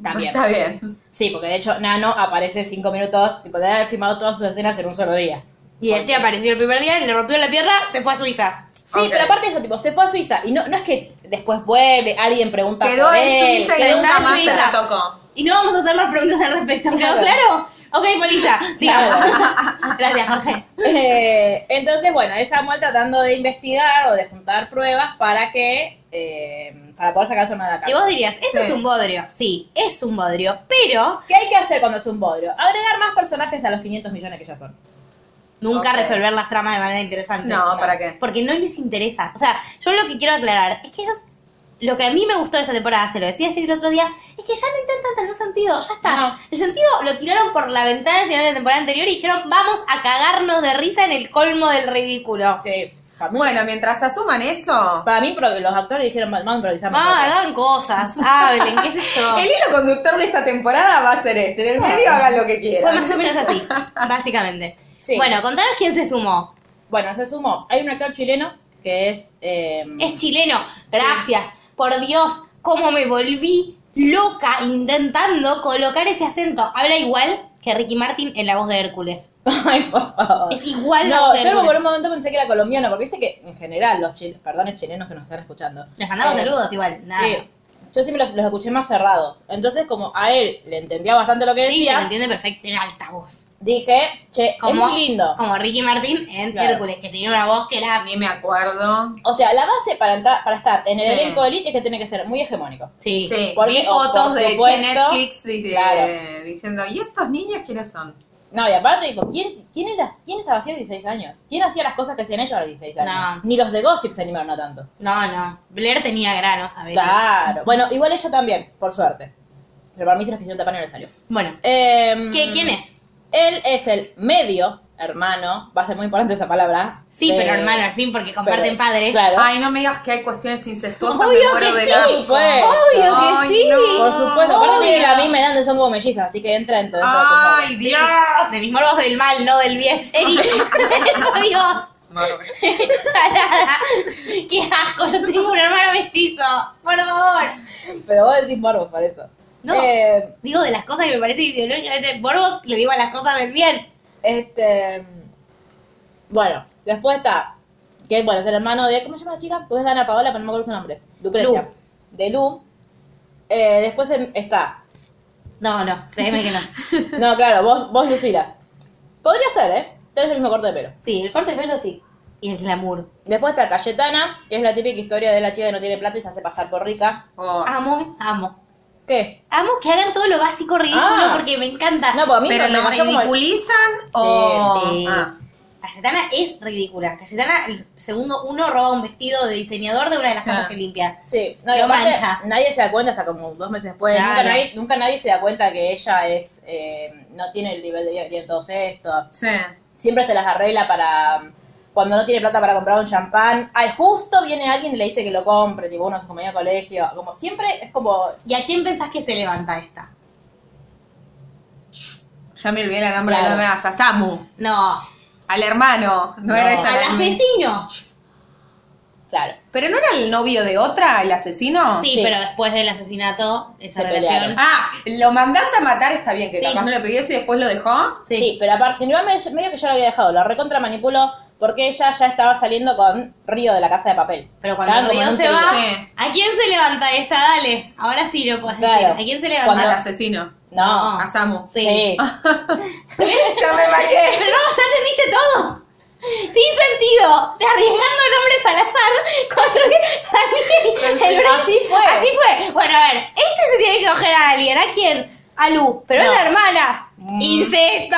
Speaker 1: También.
Speaker 2: Está bien.
Speaker 1: Sí, porque de hecho Nano aparece cinco minutos, tipo, de haber filmado todas sus escenas en un solo día.
Speaker 3: Y este apareció el primer día, le rompió la pierna, se fue a Suiza.
Speaker 1: Sí,
Speaker 2: Ok.
Speaker 1: pero aparte de eso, tipo, se fue a Suiza y no, no es que después vuelve, alguien pregunta
Speaker 2: Quedó
Speaker 1: por
Speaker 2: en
Speaker 1: él.
Speaker 2: Suiza y
Speaker 3: quedó
Speaker 2: nunca
Speaker 3: en
Speaker 2: más se la
Speaker 3: Suiza.
Speaker 2: tocó.
Speaker 3: Y no vamos a hacer más preguntas al respecto, ¿quedó claro? Ok, Polilla, sigamos. Gracias, Jorge.
Speaker 1: Eh, entonces, bueno, es Samuel tratando de investigar o de juntar pruebas para que, eh, para poder sacarse una de la
Speaker 3: Y
Speaker 1: casa.
Speaker 3: vos dirías, esto
Speaker 2: Sí.
Speaker 3: es un bodrio. Sí, es un bodrio, pero
Speaker 1: ¿Qué hay que hacer cuando es un bodrio? Agregar más personajes a los 500 millones que ya son.
Speaker 3: nunca
Speaker 2: Ok.
Speaker 3: resolver las tramas de manera interesante.
Speaker 2: No, ¿para qué?
Speaker 3: Porque no les interesa. O sea, yo lo que quiero aclarar es que ellos. Lo que a mí me gustó de esta temporada, se lo decía ayer el otro día, es que ya no intentan tener sentido, ya está.
Speaker 1: No.
Speaker 3: El sentido lo tiraron por la ventana al final de la temporada anterior y dijeron, vamos a cagarnos de risa en el colmo del ridículo.
Speaker 1: Que para, mí,
Speaker 2: Bueno, mientras asuman eso.
Speaker 1: para mí, pro- los actores dijeron, vamos a improvisar más.
Speaker 3: Ah, hagan cosas, hablen, qué sé yo.
Speaker 2: El hilo conductor de esta temporada va a ser este. En el medio hagan lo que
Speaker 3: Fue
Speaker 2: quieran.
Speaker 3: más o menos así, básicamente.
Speaker 1: Sí.
Speaker 3: Bueno, contanos quién se sumó.
Speaker 1: Bueno, se sumó. Hay un actor chileno que es... eh,
Speaker 3: Es chileno, gracias. Por Dios, cómo me volví loca intentando colocar ese acento. Habla igual que Ricky Martin en la voz de Hércules.
Speaker 1: Ay, por favor.
Speaker 3: Es igual la
Speaker 1: No,
Speaker 3: voz de
Speaker 1: yo por
Speaker 3: Hércules.
Speaker 1: un momento pensé que era colombiano, porque viste que en general los chilenos, perdón, chilenos que nos están escuchando.
Speaker 3: Les mandamos
Speaker 1: Eh,
Speaker 3: saludos igual, nada.
Speaker 1: Sí, yo siempre los, los escuché más cerrados. Entonces, como a él le entendía bastante lo que
Speaker 3: Sí, se lo
Speaker 1: decía,
Speaker 3: entiende perfecto en alta voz.
Speaker 1: dije, che,
Speaker 3: Como,
Speaker 1: es muy lindo.
Speaker 3: como Ricky Martin en
Speaker 1: Claro.
Speaker 3: Hércules, que tenía una voz que era...
Speaker 2: Ni me acuerdo.
Speaker 1: O sea, la base para entrar, para estar en el
Speaker 2: Sí.
Speaker 1: elenco de Elite es que tiene que ser muy hegemónico.
Speaker 3: Sí.
Speaker 2: Sí,
Speaker 1: Porque,
Speaker 2: vi
Speaker 1: o, por
Speaker 2: fotos de
Speaker 1: supuesto,
Speaker 2: che, Netflix dice-
Speaker 1: claro.
Speaker 2: diciendo, ¿y estos niños quiénes son?
Speaker 1: No, y aparte, digo, ¿quién, quién, era, ¿quién estaba haciendo 16 años? ¿Quién hacía las cosas que hacían ellos a los 16 años?
Speaker 3: No.
Speaker 1: Ni los de Gossip se animaron a tanto.
Speaker 3: No, no. Blair tenía granos a veces.
Speaker 1: Claro. Bueno, igual ella también, por suerte. Pero para mí se los quisieron tapar y no les salió.
Speaker 3: Bueno,
Speaker 1: Em,
Speaker 3: ¿qué- ¿quién es?
Speaker 1: Él es el medio hermano, va a ser muy importante esa palabra.
Speaker 3: Sí,
Speaker 1: de-
Speaker 3: pero hermano, al fin, porque comparten
Speaker 1: Eh, pero-
Speaker 3: padre.
Speaker 1: Claro.
Speaker 2: Ay, no me digas que hay cuestiones incestuosas.
Speaker 3: Obvio
Speaker 2: me muero
Speaker 3: que
Speaker 2: de
Speaker 3: sí. pues.
Speaker 2: asco.
Speaker 1: Supuesto.
Speaker 3: Obvio que
Speaker 2: Ay,
Speaker 3: sí.
Speaker 2: no.
Speaker 1: Por supuesto, aparte
Speaker 3: Obvio.
Speaker 1: tienen la misma edad, son como mellizas, así que entra dentro de todo tu
Speaker 2: Ay,
Speaker 1: madre.
Speaker 2: Dios.
Speaker 3: De mis morbos del mal, no del bien, Sherry. Por Dios. Tarada. Qué asco, yo tengo un hermano mellizo. Por favor.
Speaker 1: Pero vos decís morbos por eso.
Speaker 3: No.
Speaker 1: Eh,
Speaker 3: Digo de las cosas que me parecen ideológicamente morbos, le digo a las cosas del bien.
Speaker 1: este. Bueno, después está. Que bueno, es el hermano de. ¿Cómo se llama la chica? Pues es Dana Paola, pero no me acuerdo su nombre. Lucrecia.
Speaker 3: Lu.
Speaker 1: De Lu. Eh, después em- está.
Speaker 3: No, no, créeme que no.
Speaker 1: No, claro, vos, vos Lucila. Podría ser, ¿eh? Tenés el mismo corte de pelo.
Speaker 3: Sí, el corte de pelo sí. Y el glamour.
Speaker 1: Después está Cayetana, que es la típica historia de la chica que no tiene plata y se hace pasar por rica.
Speaker 2: Oh.
Speaker 3: Amo, amo.
Speaker 1: ¿Qué?
Speaker 3: Amo que hagan todo lo básico ridículo
Speaker 1: Ah.
Speaker 3: porque me encanta.
Speaker 1: No, pues a mí
Speaker 2: Pero
Speaker 1: me- me
Speaker 2: lo
Speaker 1: cayó como el-
Speaker 2: ridiculizan o.
Speaker 3: Sí, sí.
Speaker 2: Ah,
Speaker 3: Cayetana es ridícula. Cayetana, el segundo uno, roba un vestido de diseñador de una de las
Speaker 2: Sí.
Speaker 3: casas que limpia.
Speaker 1: Sí, no, y
Speaker 3: Lo
Speaker 1: aparte,
Speaker 3: mancha.
Speaker 1: nadie se da cuenta hasta como dos meses después.
Speaker 3: Claro.
Speaker 1: Nunca, nadie, nunca nadie se da cuenta que ella es eh, no tiene el nivel de vida que tienen todos estos.
Speaker 2: sí.
Speaker 1: Siempre se las arregla para mm, cuando no tiene plata para comprar un champán. Ay, justo viene alguien y le dice que lo compre, tipo uno de sus compañeros de colegio. Como siempre es como.
Speaker 3: ¿Y a quién pensás que se levanta esta?
Speaker 2: Ya me olvidé el nombre
Speaker 1: Claro.
Speaker 2: de la masa. Samu.
Speaker 3: No,
Speaker 2: Al hermano. No,
Speaker 1: No.
Speaker 2: era esta.
Speaker 3: al asesino.
Speaker 1: Claro.
Speaker 2: Pero no era el novio de otra, el asesino.
Speaker 3: Sí,
Speaker 1: Sí.
Speaker 3: pero después del asesinato, esa
Speaker 1: Se
Speaker 3: relación.
Speaker 1: pelearon.
Speaker 2: Ah, lo mandás a matar, está bien, que
Speaker 3: Sí.
Speaker 2: capaz no lo pidiese y después lo dejó.
Speaker 1: Sí, pero aparte, igual medio, medio que yo lo había dejado, lo recontra manipuló porque ella ya estaba saliendo con Río de la casa de papel.
Speaker 3: Pero cuando
Speaker 1: Estaban como
Speaker 3: Río
Speaker 1: en un
Speaker 3: se va,
Speaker 1: trío.
Speaker 2: Sí.
Speaker 3: ¿a quién se levanta ella? Dale, ahora sí lo puedes
Speaker 1: Claro.
Speaker 3: decir. ¿A quién se levanta?
Speaker 1: Cuando-
Speaker 2: Al asesino.
Speaker 1: No. Ah,
Speaker 3: No.
Speaker 2: A Samu.
Speaker 3: Sí.
Speaker 1: Sí.
Speaker 2: ya me mareé.
Speaker 3: Pero no, ya entendiste todo. Sin sentido, de arriesgando nombres al azar, construir para mí el
Speaker 1: Así fue.
Speaker 3: Así fue. Bueno, a ver, este se tiene que coger a alguien. ¿A quién? A Lu, pero
Speaker 1: No. Mm.
Speaker 3: es la hermana. Incesto.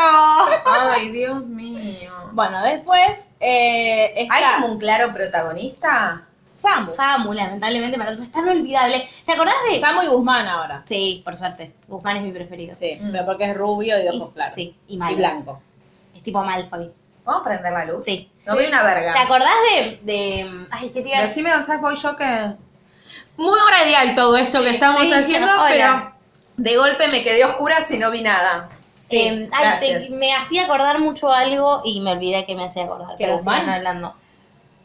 Speaker 2: Ay, Dios mío.
Speaker 1: Bueno, después eh,
Speaker 2: ¿Hay
Speaker 1: está
Speaker 2: como un claro protagonista?
Speaker 1: Samu.
Speaker 3: Samu, lamentablemente para pero es tan olvidable. ¿Te acordás de?
Speaker 1: Samu y Guzmán ahora.
Speaker 3: Sí, por suerte. Guzmán es mi preferido.
Speaker 1: Sí,
Speaker 2: Mm.
Speaker 1: pero porque es rubio y de ojos
Speaker 3: Y-
Speaker 1: claros.
Speaker 3: sí, y malo.
Speaker 1: blanco.
Speaker 3: Es tipo Malfoy.
Speaker 2: ¿Vamos a prender la luz?
Speaker 3: Sí.
Speaker 2: No veo una verga.
Speaker 3: ¿Te acordás de, de- Ay, ¿qué te iba a decir?
Speaker 2: Decime dónde estás, voy yo que. Muy radial todo esto que estamos
Speaker 3: Sí,
Speaker 2: haciendo,
Speaker 3: hola.
Speaker 2: pero de golpe me quedé oscura si no vi nada. Sí,
Speaker 3: Eh, ay, te-
Speaker 2: gracias.
Speaker 3: me hacía acordar mucho algo y me olvidé que me hacía acordar.
Speaker 1: ¿Que
Speaker 3: pero
Speaker 1: Guzmán?
Speaker 3: sigan hablando.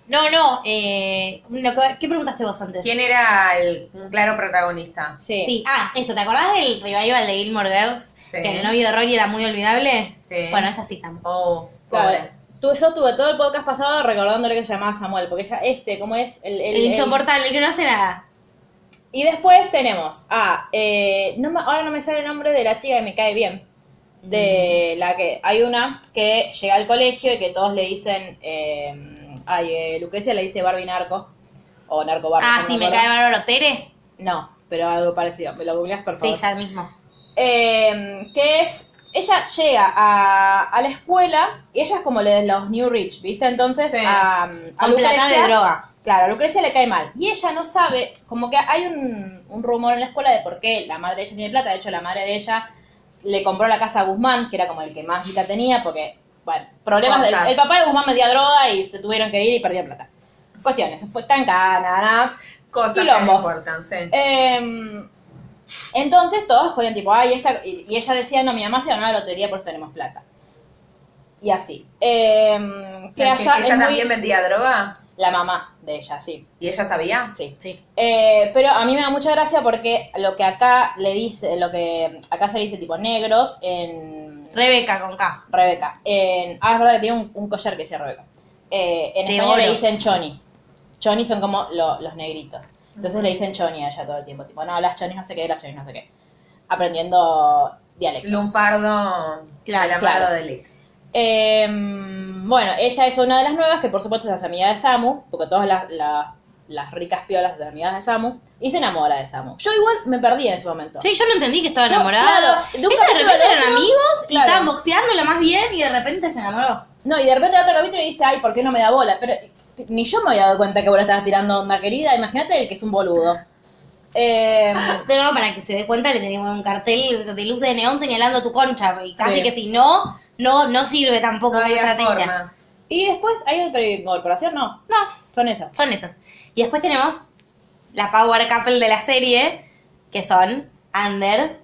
Speaker 3: No, no. Eh, lo que- ¿Qué preguntaste vos antes?
Speaker 2: ¿Quién era el un claro protagonista?
Speaker 1: Sí.
Speaker 3: Sí, ah, eso, ¿te acordás del revival de Gilmore Girls?
Speaker 2: Sí.
Speaker 3: Que el novio de Rory era muy olvidable.
Speaker 2: Sí.
Speaker 3: Bueno, es así tampoco.
Speaker 2: Oh,
Speaker 1: Claro.
Speaker 2: pobre.
Speaker 1: Tú, yo estuve todo el podcast pasado recordándole que se llamaba Samuel, porque ya este, ¿cómo es? El, el-
Speaker 3: El
Speaker 1: el-
Speaker 3: insoportable, que no hace nada.
Speaker 1: Y después tenemos a. eh, no me- ahora no me sale el nombre de la chica que me cae bien. De
Speaker 3: Mm.
Speaker 1: la que. Hay una que llega al colegio y que todos le dicen. eh, ay, eh, Lucrecia le dice Barbie Narco. O Narco Barbie.
Speaker 3: Ah,
Speaker 1: no
Speaker 3: sí, me
Speaker 1: acuerdo.
Speaker 3: cae bárbaro Tere.
Speaker 1: No, pero algo parecido. ¿Me lo googleas, por
Speaker 3: Sí,
Speaker 1: favor?
Speaker 3: ya mismo.
Speaker 1: Eh, que es. Ella llega a, a la escuela y ella es como la de los New Rich, ¿viste? Entonces,
Speaker 2: Sí.
Speaker 1: a, a
Speaker 3: Con plata
Speaker 1: Lucrecia-
Speaker 3: de droga.
Speaker 1: Claro, a Lucrecia le cae mal. Y ella no sabe, como que hay un, un rumor en la escuela de por qué la madre de ella tiene plata. De hecho, la madre de ella le compró la casa a Guzmán, que era como el que más guita tenía, porque, bueno, problemas. El,
Speaker 2: Cosas.
Speaker 1: el papá de Guzmán metía droga y se tuvieron que ir y perdió plata. Cuestiones, se fue tan cara, nada.
Speaker 2: Cosas que no
Speaker 1: Quilombos.
Speaker 2: importan, sí.
Speaker 1: Eh, entonces todos jodían tipo, ay, esta... Y y ella decía, no, mi mamá se ganó la lotería por eso tenemos plata. Y así. Eh, que
Speaker 2: ¿Que
Speaker 1: allá
Speaker 2: ella
Speaker 1: es muy-
Speaker 2: también vendía droga
Speaker 1: La mamá de ella, sí.
Speaker 2: y ella sabía.
Speaker 1: Sí.
Speaker 3: Sí.
Speaker 1: Eh, pero a mí me da mucha gracia porque lo que acá le dice, lo que acá se le dice tipo negros en
Speaker 3: Rebeca con K.
Speaker 1: Rebeca. En, ah, es verdad que tiene un, un collar que dice Rebeca. Eh, en
Speaker 3: De
Speaker 1: español le
Speaker 3: oro.
Speaker 1: dicen choni. Choni son como lo- los negritos. Entonces le dicen choni a ella todo el tiempo. Tipo, no, las chonis no sé qué, las chonis no sé qué. Aprendiendo dialectos.
Speaker 2: Lunfardo
Speaker 3: Claro,
Speaker 2: la
Speaker 1: claro.
Speaker 2: de Lick.
Speaker 1: Eh, bueno, ella es una de las nuevas que por supuesto se hace amiga de Samu, porque todas las, las- las ricas piolas se hacen amigas de Samu, y se enamora de Samu. Yo igual me perdí en ese momento.
Speaker 3: Sí, yo no entendí que estaba
Speaker 1: Yo,
Speaker 3: enamorada.
Speaker 1: claro, de
Speaker 3: Ella
Speaker 1: un
Speaker 3: de
Speaker 1: capítulo
Speaker 3: repente
Speaker 1: al
Speaker 3: eran
Speaker 1: otro,
Speaker 3: amigos y
Speaker 1: claro.
Speaker 3: estaban boxeándola más bien y de repente se enamoró.
Speaker 1: No, y de repente el otro lo viste y le dice, ay, ¿por qué no me da bola? Pero ni yo me había dado cuenta que vos le estabas tirando onda, querida. Imagínate el que es un boludo. Eh,
Speaker 3: Pero para que se dé cuenta le tenemos un cartel de luces de neón señalando tu concha. Y casi
Speaker 1: Sí.
Speaker 3: que si no, no, no sirve tampoco
Speaker 2: No
Speaker 3: como
Speaker 2: había
Speaker 3: estrategia.
Speaker 2: forma.
Speaker 1: y después, ¿hay otra incorporación? No,
Speaker 3: No,
Speaker 1: son esas.
Speaker 3: son esas. Y después tenemos la power couple de la serie, que son Ander.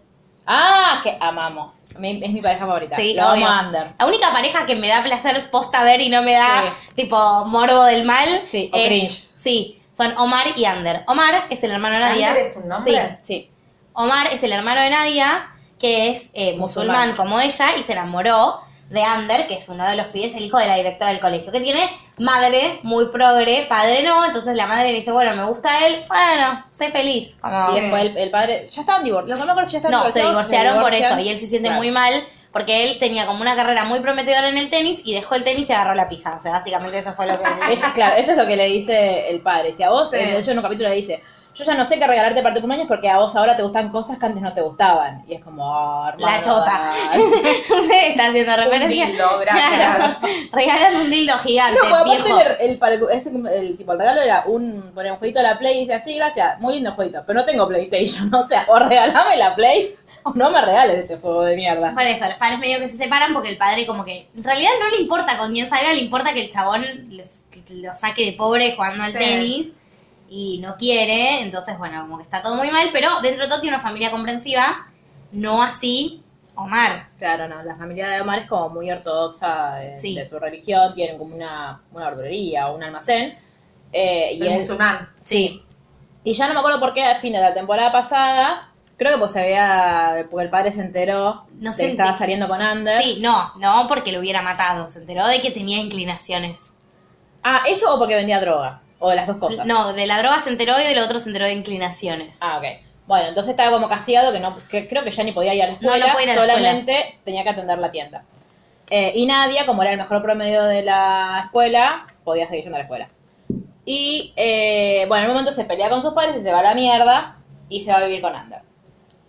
Speaker 1: Ah, que amamos. Mi- es mi pareja favorita.
Speaker 3: Sí,
Speaker 1: Lo amo
Speaker 3: obvio.
Speaker 1: a Ander.
Speaker 3: La única pareja que me da placer posta ver y no me da
Speaker 1: Sí.
Speaker 3: tipo morbo del mal.
Speaker 1: Sí, o
Speaker 3: es-
Speaker 1: cringe.
Speaker 3: Sí, son Omar y Ander. Omar es el hermano de Nadia.
Speaker 2: ¿Ander es un nombre?
Speaker 3: Sí.
Speaker 1: Sí.
Speaker 3: Omar es el hermano de Nadia, que es eh, musulmán
Speaker 1: Musulmán.
Speaker 3: como ella, y se enamoró de Ander, que es uno de los pibes, el hijo de la directora del colegio, que tiene madre muy progre, padre no, entonces la madre le dice, bueno, me gusta él, bueno, sé feliz. Como...
Speaker 1: Y después el, el padre. Ya estaban divorciados. Los conozco, ya estaban
Speaker 3: No, se
Speaker 1: divorciados,
Speaker 3: divorciaron por
Speaker 1: divorcian.
Speaker 3: eso y él se siente
Speaker 1: Claro.
Speaker 3: muy mal porque él tenía como una carrera muy prometedora en el tenis y dejó el tenis y agarró la pija. O sea, básicamente eso fue lo que...
Speaker 1: Eso, es- claro, eso es lo que le dice el padre. Si a vos,
Speaker 2: Sí.
Speaker 1: de hecho, en un capítulo le dice. Yo ya no sé qué regalarte para tu cumpleaños porque a vos ahora te gustan cosas que antes no te gustaban. Y es como, ah, hermano,
Speaker 3: La chota.
Speaker 1: dale.
Speaker 3: Está haciendo referencia.
Speaker 2: dildo, gracias.
Speaker 3: Regalan un dildo gigante,
Speaker 1: No, pues
Speaker 3: viejo.
Speaker 1: aparte el, el, para el- ese- el tipo, el regalo era un, poner un jueguito de la Play y dice, sí, gracias, muy lindo jueguito, pero no tengo PlayStation, o sea, o regalame la Play o no me regales este juego de mierda.
Speaker 3: Por eso, los padres medio que se separan porque el padre como que... En realidad no le importa con quién salga, le importa que el chabón les- lo saque de pobre jugando al
Speaker 2: Sí.
Speaker 3: tenis y no quiere. Entonces, bueno, como que está todo muy mal, pero dentro de todo tiene una familia comprensiva, no así Omar.
Speaker 1: Claro, no, la familia de Omar es como muy ortodoxa de,
Speaker 3: Sí.
Speaker 1: de su religión, tienen como una, una verdulería o un almacén. eh, y
Speaker 2: El
Speaker 1: él-
Speaker 2: musulmán.
Speaker 1: Sí. Y ya no me acuerdo por qué al fin de la temporada pasada, creo que pues se había, porque el padre se enteró
Speaker 3: No
Speaker 1: de
Speaker 3: sé,
Speaker 1: que estaba
Speaker 3: de-
Speaker 1: saliendo con Ander.
Speaker 3: Sí, no, no porque lo hubiera matado. Se enteró de que tenía inclinaciones.
Speaker 1: Ah, eso o porque vendía droga, o de las dos cosas.
Speaker 3: No, de la droga se enteró y de lo otro se enteró de inclinaciones.
Speaker 1: Ah, ok. Bueno, entonces estaba como castigado que no, que creo que ya ni podía ir a la escuela,
Speaker 3: No, no puede ir a la
Speaker 1: solamente tenía que atender la tienda. Eh, y Nadia, como era el mejor promedio de la escuela, podía seguir yendo a la escuela. Y eh, bueno, en un momento se pelea con sus padres y se va a la mierda y se va a vivir con Ander.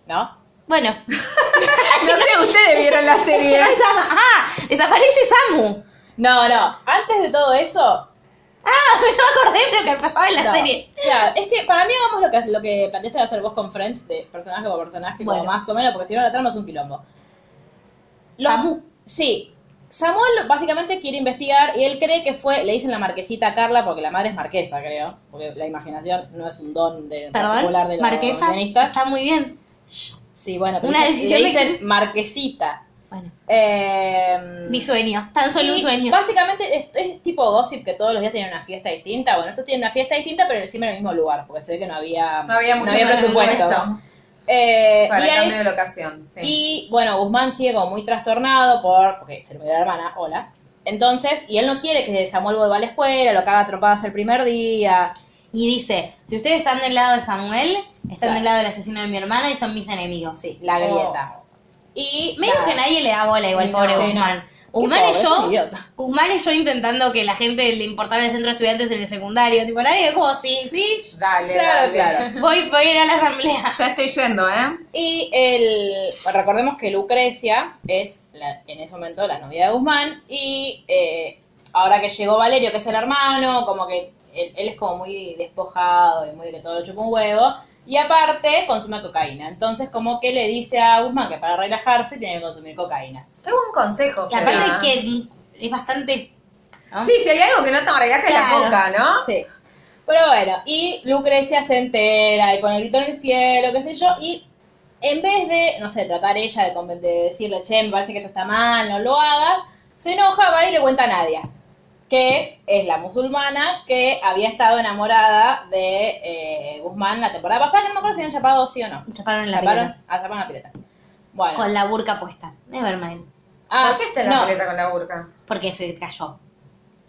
Speaker 1: ¿No?
Speaker 3: Bueno.
Speaker 2: No sé, ustedes vieron la serie.
Speaker 3: ¡Ah! ¡Desaparece Samu!
Speaker 1: No, no. Antes de todo eso.
Speaker 3: ¡Ah! Yo acordé de lo que pasaba en la
Speaker 1: no.
Speaker 3: serie.
Speaker 1: Claro, es que para mí hagamos lo que, lo que planteaste de hacer vos con Friends, de personaje por personaje,
Speaker 3: Bueno.
Speaker 1: como más o menos, porque si no la trama es un quilombo. Lo-
Speaker 3: Samu.
Speaker 1: Sí. Samuel básicamente quiere investigar y él cree que fue, le dicen la marquesita a Carla, porque la madre es marquesa, creo, porque la imaginación no es un don de, particular de
Speaker 3: Perdón,
Speaker 1: los
Speaker 3: Marquesa.
Speaker 1: guionistas.
Speaker 3: Está muy bien.
Speaker 1: Sí, bueno, pero dicen-
Speaker 3: Una decisión
Speaker 1: le
Speaker 3: de-
Speaker 1: dicen marquesita.
Speaker 3: Bueno,
Speaker 1: Eh,
Speaker 3: mi sueño, tan solo un
Speaker 1: y
Speaker 3: sueño.
Speaker 1: Básicamente es, es tipo gossip que todos los días tienen una fiesta distinta. Bueno, estos tienen una fiesta distinta, pero encima en el mismo lugar, porque se ve que no había,
Speaker 2: No había mucho
Speaker 1: presupuesto. Eh,
Speaker 2: para
Speaker 1: y, ahí-
Speaker 2: cambio de locación. Sí.
Speaker 1: y, bueno, Guzmán sigue como muy trastornado por. Porque se le murió la hermana, hola. Entonces, y él no quiere que Samuel vuelva a la escuela, lo caga a trompadas el primer día.
Speaker 3: Y dice, si ustedes están del lado de Samuel, están
Speaker 1: Claro.
Speaker 3: del lado del asesino de mi hermana y son mis enemigos.
Speaker 1: Sí, la grieta. Y.
Speaker 3: Medio que nadie le da bola igual,
Speaker 1: No,
Speaker 3: pobre
Speaker 1: sí, no.
Speaker 3: Guzmán.
Speaker 1: Qué
Speaker 3: Guzmán
Speaker 1: pobre,
Speaker 3: y
Speaker 1: es un
Speaker 3: yo,
Speaker 1: idiota.
Speaker 3: Guzmán y yo intentando que la gente le importara el centro de estudiantes en el secundario. Tipo, nadie es como, sí, sí,
Speaker 2: Dale,
Speaker 1: Claro,
Speaker 2: dale.
Speaker 1: claro.
Speaker 3: voy, voy a ir a la asamblea.
Speaker 2: Ya estoy yendo, ¿eh?
Speaker 1: Y el, recordemos que Lucrecia es la- en ese momento la novia de Guzmán y eh, ahora que llegó Valerio, que es el hermano, como que él, él es como muy despojado y muy que todo lo chupa un huevo. Y aparte consume cocaína. Entonces como que le dice a Guzmán que para relajarse tiene que consumir cocaína.
Speaker 2: Qué buen consejo.
Speaker 3: Y aparte
Speaker 2: Fran.
Speaker 3: que es bastante... ¿no?
Speaker 2: Sí, si hay algo que no te arreglaste
Speaker 3: Claro.
Speaker 2: la coca, ¿no?
Speaker 1: Sí. Pero bueno, y Lucrecia se entera y pone el grito en el cielo, qué sé yo, y en vez de, no sé, tratar ella de, conven- de decirle, che, me parece que esto está mal, no lo hagas, se enoja, va y le cuenta a Nadia, que es la musulmana que había estado enamorada de eh, Guzmán la temporada pasada, que no me acuerdo si habían chapado sí o no.
Speaker 3: Chaparon en la
Speaker 1: Chaparon,
Speaker 3: pileta,
Speaker 1: ah, chaparon la pileta. Bueno.
Speaker 3: con la burca puesta. Nevermind.
Speaker 1: Ah,
Speaker 2: ¿Por qué está en la
Speaker 1: no,
Speaker 2: paleta con la burca?
Speaker 3: Porque se cayó.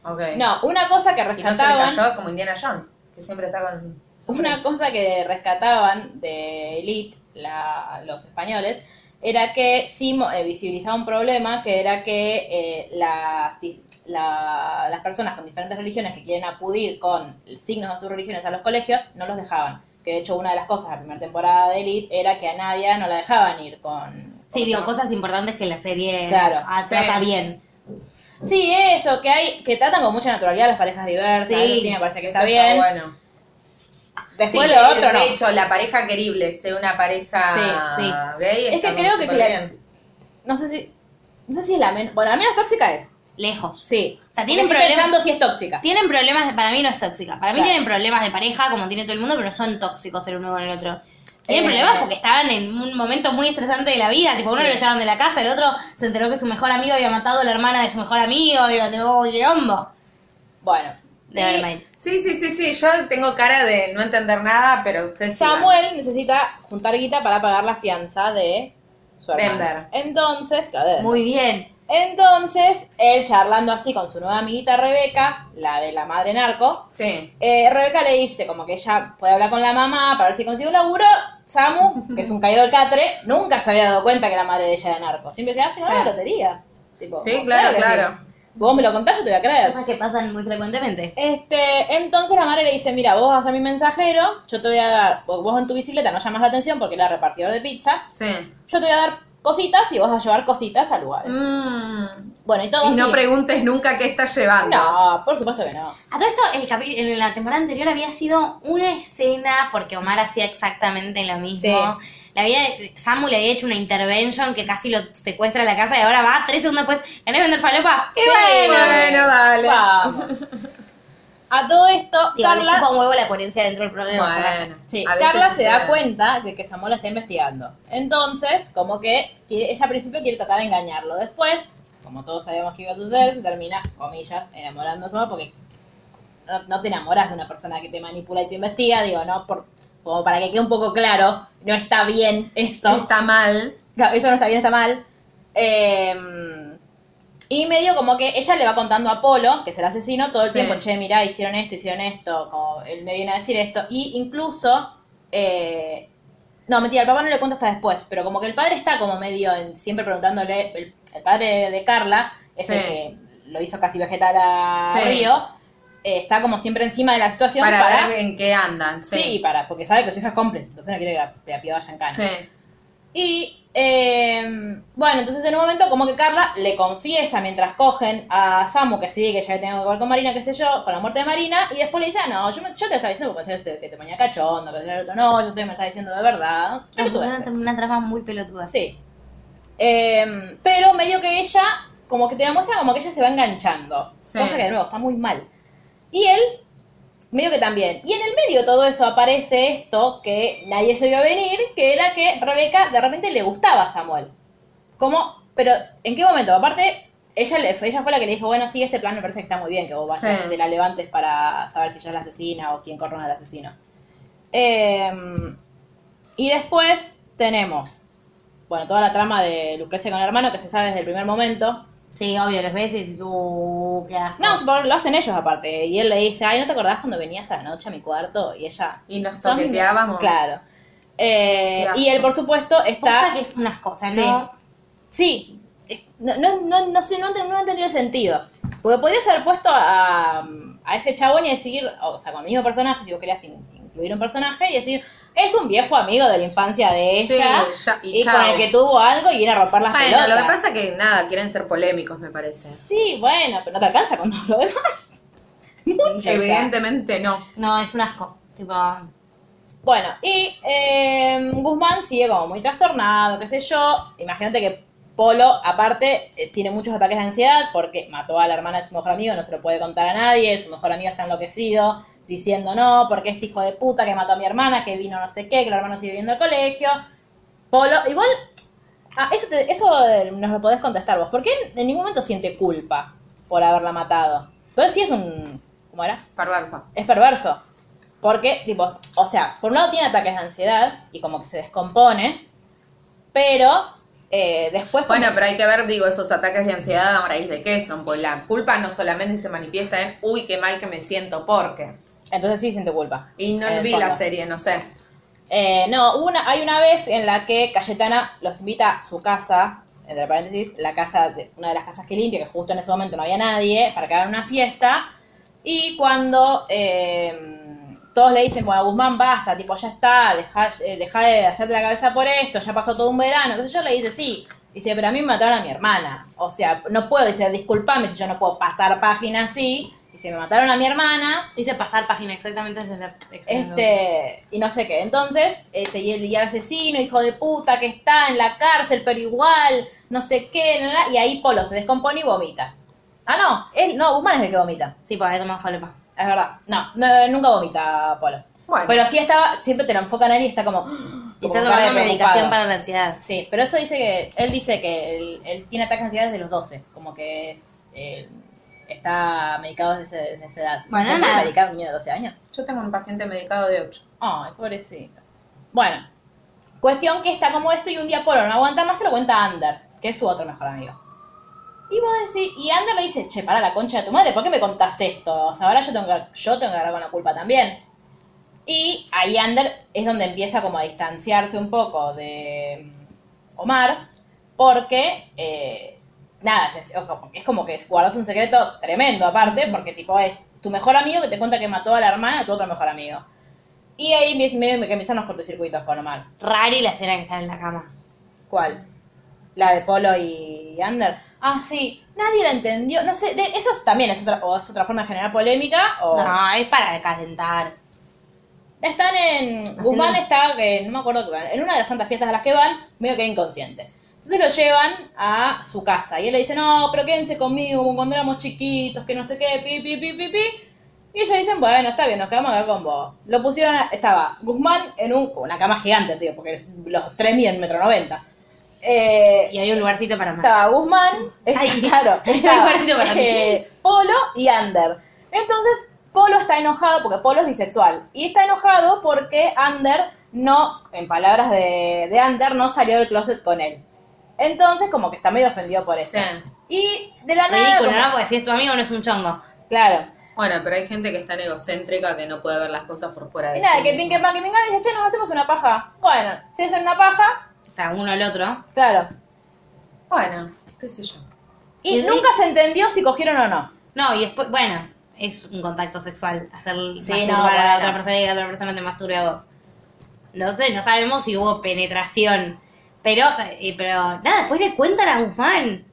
Speaker 2: Ok.
Speaker 1: No, una cosa que
Speaker 2: Y no se le
Speaker 1: rescataban...
Speaker 2: cayó como Indiana Jones, que siempre está con...
Speaker 1: Una cosa que rescataban de Elite, la- los españoles, era que sí mo- eh, visibilizaba un problema, que era que eh, las, di- la- las personas con diferentes religiones que quieren acudir con signos de sus religiones a los colegios, no los dejaban. Que de hecho una de las cosas de la primera temporada de Elite era que a Nadia no la dejaban ir con...
Speaker 3: Sí,
Speaker 1: con-
Speaker 3: digo, cosas importantes que la serie
Speaker 1: Claro,
Speaker 3: ah,
Speaker 2: sí.
Speaker 3: trata bien.
Speaker 1: Sí, eso, que hay que tratan con mucha naturalidad las parejas diversas,
Speaker 3: Sí,
Speaker 1: eso sí me parece que
Speaker 2: Eso
Speaker 1: está bien.
Speaker 2: bueno.
Speaker 1: Después
Speaker 2: Sí,
Speaker 1: lo otro
Speaker 2: de
Speaker 1: no.
Speaker 2: hecho, la pareja querible, sea una pareja
Speaker 1: Sí, sí.
Speaker 2: gay,
Speaker 1: Es
Speaker 2: está
Speaker 1: que
Speaker 2: como
Speaker 1: creo que
Speaker 2: súper
Speaker 1: la-
Speaker 2: bien.
Speaker 1: No sé si... No sé si es la menos... Bueno, la menos tóxica es.
Speaker 3: Lejos.
Speaker 1: Sí.
Speaker 3: O sea, tienen
Speaker 1: Estoy
Speaker 3: problemas-
Speaker 1: pensando si es tóxica.
Speaker 3: Tienen problemas, de- para mí no es tóxica. Para mí
Speaker 1: Claro.
Speaker 3: tienen problemas de pareja, como tiene todo el mundo, pero no son tóxicos el uno con el otro. Tienen
Speaker 1: Eh.
Speaker 3: problemas porque estaban en un momento muy estresante de la vida. Tipo, uno
Speaker 1: Sí.
Speaker 3: lo echaron de la casa, el otro se enteró que su mejor amigo había matado a la hermana de su mejor amigo. Digo, te voy quilombo.
Speaker 1: Bueno.
Speaker 3: De
Speaker 1: Y
Speaker 3: Nevermind.
Speaker 2: Sí, sí, sí, sí, yo tengo cara de no entender nada, pero ustedes sigan.
Speaker 1: Samuel necesita juntar guita para pagar la fianza de su hermano.
Speaker 2: Bender.
Speaker 1: Entonces, claro, de-
Speaker 3: Muy bien.
Speaker 1: Entonces, él charlando así con su nueva amiguita Rebeca, la de la madre narco,
Speaker 2: Sí.
Speaker 1: eh, Rebeca le dice como que ella puede hablar con la mamá para ver si consigue un laburo. Samu, que es un caído del catre, nunca se había dado cuenta que la madre de ella era narco. Siempre "Ah, se hace
Speaker 2: Sí.
Speaker 1: una lotería. Tipo,
Speaker 2: Sí, claro,
Speaker 1: que sí.
Speaker 2: claro.
Speaker 1: Vos me lo contás, yo te voy a creer.
Speaker 3: Cosas que pasan muy frecuentemente.
Speaker 1: Este, entonces la madre le dice, mira, vos vas a ser mi mensajero, yo te voy a dar, vos vos en tu bicicleta no llamas la atención porque era repartidor de pizza,
Speaker 2: Sí.
Speaker 1: yo te voy a dar cositas y vos vas a llevar cositas a lugares.
Speaker 2: Mm.
Speaker 1: Bueno, y todo
Speaker 2: Y no
Speaker 1: así.
Speaker 2: preguntes nunca qué estás llevando.
Speaker 1: No, por supuesto que no.
Speaker 3: A todo esto, el capi- en la temporada anterior había sido una escena, porque Omar hacía exactamente lo mismo. Le había, Samu le había hecho una intervention que casi lo secuestra a la casa y ahora va, tres segundos después, ¿querés vender falopa? ¡Qué
Speaker 1: Sí,
Speaker 3: bueno!
Speaker 2: bueno, dale.
Speaker 1: Vamos. A todo esto,
Speaker 3: Digo, le
Speaker 1: Carla,
Speaker 3: chupa un huevo la coherencia dentro del problema.
Speaker 2: Bueno.
Speaker 1: sí,
Speaker 2: a veces
Speaker 1: Carla se da
Speaker 2: sucede.
Speaker 1: cuenta de que Samuel la está investigando. Entonces, como que quiere- ella al principio quiere tratar de engañarlo. Después, como todos sabíamos que iba a suceder, se termina, comillas, enamorando a Samuel porque no, no te enamoras de una persona que te manipula y te investiga, digo, no, por, como para que quede un poco claro, no está bien eso.
Speaker 2: Está mal.
Speaker 1: Claro, Eso no está bien, está mal. Eh, y medio como que ella le va contando a Polo, que es el asesino, todo el
Speaker 2: Sí.
Speaker 1: tiempo, che, mirá, hicieron esto, hicieron esto, como él me viene a decir esto. Y incluso, eh, no, mentira, el papá no le cuenta hasta después, pero como que el padre está como medio en- siempre preguntándole, el, el padre de Carla, es
Speaker 2: Sí.
Speaker 1: el que lo hizo casi vegetal a
Speaker 2: Sí.
Speaker 1: Río, eh, está como siempre encima de la situación
Speaker 2: Para,
Speaker 1: para...
Speaker 2: ver en qué andan. Sí.
Speaker 1: sí. para, porque sabe que su hija es cómplice, entonces no quiere que la, la piba vaya en cana.
Speaker 2: Sí.
Speaker 1: Y eh, bueno, entonces en un momento como que Carla le confiesa mientras cogen a Samu que sí, que ya tengo que ver con Marina, qué sé yo, con la muerte de Marina, y después le dice, ah, no, yo, me- yo te lo estaba diciendo porque pensé que te ponía cachondo, que el otro, no, yo sé que me está diciendo de verdad.
Speaker 3: Es
Speaker 1: Pelotudeces.
Speaker 3: una, una trama muy pelotuda.
Speaker 1: Sí. Eh, pero medio que ella, como que te demuestra como que ella se va enganchando.
Speaker 2: Sí.
Speaker 1: Cosa que de nuevo está muy mal. Y él, medio que también. Y en el medio de todo eso aparece esto que nadie se vio venir, que era que Rebeca de repente le gustaba a Samuel. Como Pero, ¿en qué momento? Aparte, ella, le- ella fue la que le dijo, bueno, sí, este plan me parece que está muy bien, que vos vayas,
Speaker 2: Sí.
Speaker 1: te la levantes para saber si ella es la asesina o quién corona al asesino. Eh, y después tenemos, bueno, toda la trama de Lucrecia con el hermano, que se sabe desde el primer momento.
Speaker 3: Sí, obvio, los veces, uh, qué asco.
Speaker 1: No, supongo que lo hacen ellos aparte. Y él le dice, ay, ¿no te acordás cuando venías a la noche a mi cuarto? Y ella...
Speaker 2: Y nos
Speaker 1: "Son mi-".
Speaker 2: toqueteábamos.
Speaker 1: Claro. Eh,
Speaker 2: Qué asco.
Speaker 1: y él, por supuesto,
Speaker 3: Posta
Speaker 1: está...
Speaker 3: que es unas cosas,
Speaker 1: Sí.
Speaker 3: ¿no?
Speaker 1: Sí. No, no, no, no sé, no, ent- no he entendido el sentido. Porque podías haber puesto a, a ese chabón y decir, o sea, con el mismo personaje, si vos querías in- incluir un personaje, y decir, es un viejo amigo de la infancia de
Speaker 2: Sí,
Speaker 1: ella,
Speaker 2: ya- y
Speaker 1: y, con
Speaker 2: chao.
Speaker 1: el que tuvo algo y viene a romper las
Speaker 2: Bueno,
Speaker 1: pelotas.
Speaker 2: lo que pasa que nada, quieren ser polémicos, me parece.
Speaker 1: Sí, bueno, pero no te alcanza con todo lo demás. Mucho ya.
Speaker 2: Evidentemente no.
Speaker 3: No, es un asco. Tipo,
Speaker 1: Bueno, y eh, Guzmán sigue como muy trastornado, qué sé yo. Imagínate que Polo, aparte, eh, tiene muchos ataques de ansiedad porque mató a la hermana de su mejor amigo, no se lo puede contar a nadie, su mejor amigo está enloquecido, diciendo no, porque este hijo de puta que mató a mi hermana, que vino no sé qué, que la hermana sigue viviendo al colegio. Polo, igual, ah, eso, te- eso eh, nos lo podés contestar vos. ¿Por qué en ningún momento siente culpa por haberla matado? Entonces sí es un... ¿Cómo era?
Speaker 2: Perverso.
Speaker 1: es perverso. Porque, tipo, o sea, por un lado tiene ataques de ansiedad y como que se descompone, pero eh, después... como-
Speaker 2: Bueno, pero hay que ver, digo, esos ataques de ansiedad a raíz de qué son. Pues la culpa no solamente se manifiesta en, uy, qué mal que me siento, porque.
Speaker 1: Entonces sí siente culpa.
Speaker 2: Y no
Speaker 1: en el
Speaker 2: vi la
Speaker 1: fondo.
Speaker 2: serie, no sé.
Speaker 1: Eh, no, hubo una, hay una vez en la que Cayetana los invita a su casa, entre paréntesis, la casa de, una de las casas que limpia, que justo en ese momento no había nadie, para que hagan una fiesta. Y cuando eh, todos le dicen, bueno, Guzmán, basta, tipo, ya está, deja, eh, deja de hacerte la cabeza por esto, ya pasó todo un verano, qué sé yo, le dice, sí. Dice, pero a mí me mataron a mi hermana. O sea, no puedo, dice, disculpame si yo no puedo pasar página así. Dice, me mataron a mi hermana.
Speaker 3: dice pasar página exactamente desde la.
Speaker 1: Este, y no sé qué. Entonces, eh, seguía el, y el asesino, hijo de puta, que está en la cárcel, pero igual, no sé qué, la, la, y ahí Polo se descompone y vomita. Ah, no, él, no, Guzmán es el que vomita.
Speaker 3: Sí, pues ahí tomamos falepa.
Speaker 1: Es verdad. No, no, nunca vomita Polo.
Speaker 2: Bueno.
Speaker 1: Pero sí estaba, siempre te lo enfocan a él y está como.
Speaker 3: Y
Speaker 1: como
Speaker 3: está
Speaker 1: cara de
Speaker 3: tomando medicación
Speaker 1: preocupado.
Speaker 3: para la ansiedad.
Speaker 1: Sí, pero eso dice que. Él dice que él, él tiene ataques de ansiedad desde los 12. Como que es. eh, está medicado desde, desde esa edad.
Speaker 3: Bueno,
Speaker 1: ¿Se puede
Speaker 3: nada.
Speaker 1: medicar a un niño de 12 años?
Speaker 2: Yo tengo un paciente medicado de 8.
Speaker 1: Ay, pobrecito. Bueno, cuestión que está como esto y un día Polo no aguanta más, se lo cuenta a Ander, que es su otro mejor amigo. Y vos decís, y Ander le dice, che, para la concha de tu madre, ¿por qué me contás esto? O sea, ahora yo tengo que, yo tengo que agarrar con la culpa también. Y ahí Ander es donde empieza como a distanciarse un poco de mm, Omar, porque, eh, nada, es, ojo, es como que guardas un secreto tremendo aparte, porque tipo es tu mejor amigo que te cuenta que mató a la hermana de tu otro mejor amigo. Y ahí me- medio me que empiezan los cortocircuitos con Omar.
Speaker 3: Rari la escena que está en la cama.
Speaker 1: ¿Cuál? La de Polo y Ander. Ah, sí. Nadie la entendió. No sé, de, eso es- también es otra, o es otra forma de generar polémica. O...
Speaker 3: No, es para calentar.
Speaker 1: Están en. Guzmán está, que no me acuerdo que van, en una de las tantas fiestas a las que van, medio que inconsciente. Entonces lo llevan a su casa y él le dice, no, pero quédense conmigo como cuando éramos chiquitos, que no sé qué, pi, pi, pi, pi, pi. Y ellos dicen, bueno, está bien, nos quedamos acá con vos. Lo pusieron, a- estaba Guzmán en un, una cama gigante, tío, porque es- los tres miden metro noventa. Eh,
Speaker 3: Y hay un lugarcito para más.
Speaker 1: estaba Guzmán, es-
Speaker 3: Ay,
Speaker 1: claro,
Speaker 3: el
Speaker 1: estaba,
Speaker 3: barcito para mí.
Speaker 1: eh, Polo y Ander. Entonces, Polo está enojado porque Polo es bisexual. Y está enojado porque Ander no, en palabras de, de Ander, no salió del closet con él. Entonces, como que está medio ofendido por eso. Y de la nada.
Speaker 3: Ridículo,
Speaker 1: como-
Speaker 3: ¿no? Porque si es tu amigo no es un chongo.
Speaker 1: Claro.
Speaker 2: Bueno, pero hay gente que es tan egocéntrica que no puede ver las cosas por fuera de
Speaker 1: Y nada,
Speaker 2: sí
Speaker 1: que pin,
Speaker 2: mismo.
Speaker 1: que pan, que pingan, y dice, che, nos hacemos una paja. Bueno, se hacen una paja,
Speaker 3: O sea, uno al otro.
Speaker 1: claro.
Speaker 2: Bueno, qué sé yo.
Speaker 1: Y,
Speaker 3: Y-
Speaker 1: nunca se entendió si cogieron o no.
Speaker 3: No, y después, bueno, es un contacto sexual. Hacer
Speaker 1: Sí,
Speaker 3: masturbar
Speaker 1: no,
Speaker 3: a la
Speaker 1: bueno.
Speaker 3: otra persona y la otra persona te masturbe a vos. No sé, no sabemos si hubo penetración. Pero, eh, pero nada, después le cuentan a Guzmán.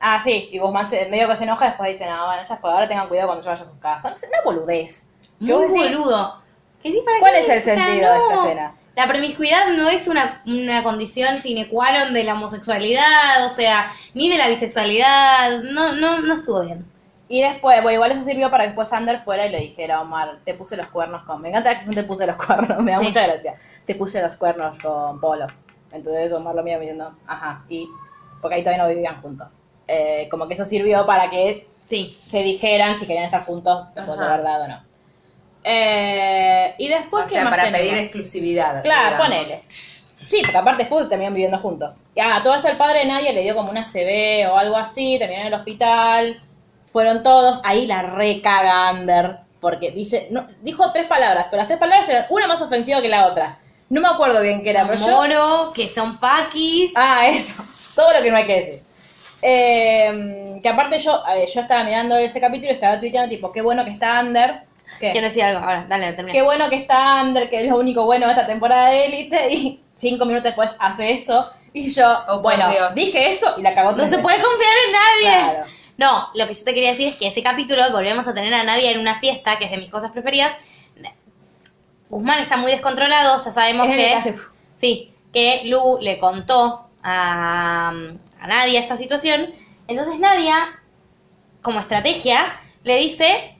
Speaker 1: Ah, sí, y Guzmán se, medio que se enoja, después dice, no, bueno, ya fue, ahora tengan cuidado cuando yo vaya a sus casas. No sé, una boludez.
Speaker 3: Muy
Speaker 1: vos decís,
Speaker 3: boludo. Que sí, ¿para
Speaker 1: ¿Cuál
Speaker 3: qué?
Speaker 1: es el
Speaker 3: O sea,
Speaker 1: sentido de esta
Speaker 3: no.
Speaker 1: escena?
Speaker 3: La promiscuidad no es una, una condición sine qua non de la homosexualidad, o sea, ni de la bisexualidad. No, no, no estuvo bien.
Speaker 1: Y después, bueno, igual eso sirvió para que después Ander fuera y le dijera, Omar, te puse los cuernos con... Me encanta que te puse los cuernos, me da
Speaker 3: Sí.
Speaker 1: mucha gracia. Te puse los cuernos con Polo. Entonces Omar lo mira diciendo, ajá, y... porque ahí todavía no vivían juntos. Eh, como que eso sirvió para que
Speaker 3: Sí.
Speaker 1: se dijeran si querían estar juntos después de
Speaker 2: Ajá.
Speaker 1: verdad o no. Eh, y después,
Speaker 2: O
Speaker 1: ¿qué
Speaker 2: sea,
Speaker 1: más
Speaker 2: para
Speaker 1: tenemos?
Speaker 2: pedir exclusividad.
Speaker 1: Claro,
Speaker 2: digamos.
Speaker 1: ponele. Sí, porque aparte después terminan viviendo juntos. Y a todo esto el padre de Nadia le dio como una CB o algo así, terminaron en el hospital, fueron todos, ahí la recaga Ander, porque dice, no, dijo tres palabras, pero las tres palabras eran una más ofensiva que la otra. No me acuerdo bien qué era, pero yo...
Speaker 3: Moro, que son paquis.
Speaker 1: Ah, eso. Todo lo que no hay que decir. Eh, que aparte yo, a ver, yo estaba mirando ese capítulo y estaba tuiteando tipo, qué bueno que está Ander. ¿Qué?
Speaker 3: Quiero decir algo ahora, dale, termina.
Speaker 1: Qué bueno que está Ander, que es lo único bueno de esta temporada de Élite. Y cinco minutos después hace eso. Y yo,
Speaker 2: Oh, por
Speaker 1: bueno,
Speaker 2: Dios.
Speaker 1: dije eso y la cagó.
Speaker 3: No
Speaker 1: tres
Speaker 3: se
Speaker 1: veces.
Speaker 3: puede confiar en nadie.
Speaker 1: Claro.
Speaker 3: No, lo que yo te quería decir es que ese capítulo volvemos a tener a Nadia en una fiesta, que es de mis cosas preferidas. Guzmán está muy descontrolado, ya sabemos
Speaker 1: Es el
Speaker 3: que.
Speaker 1: que hace-
Speaker 3: Sí, que Lu le contó a, a Nadia esta situación. Entonces Nadia, como estrategia, le dice.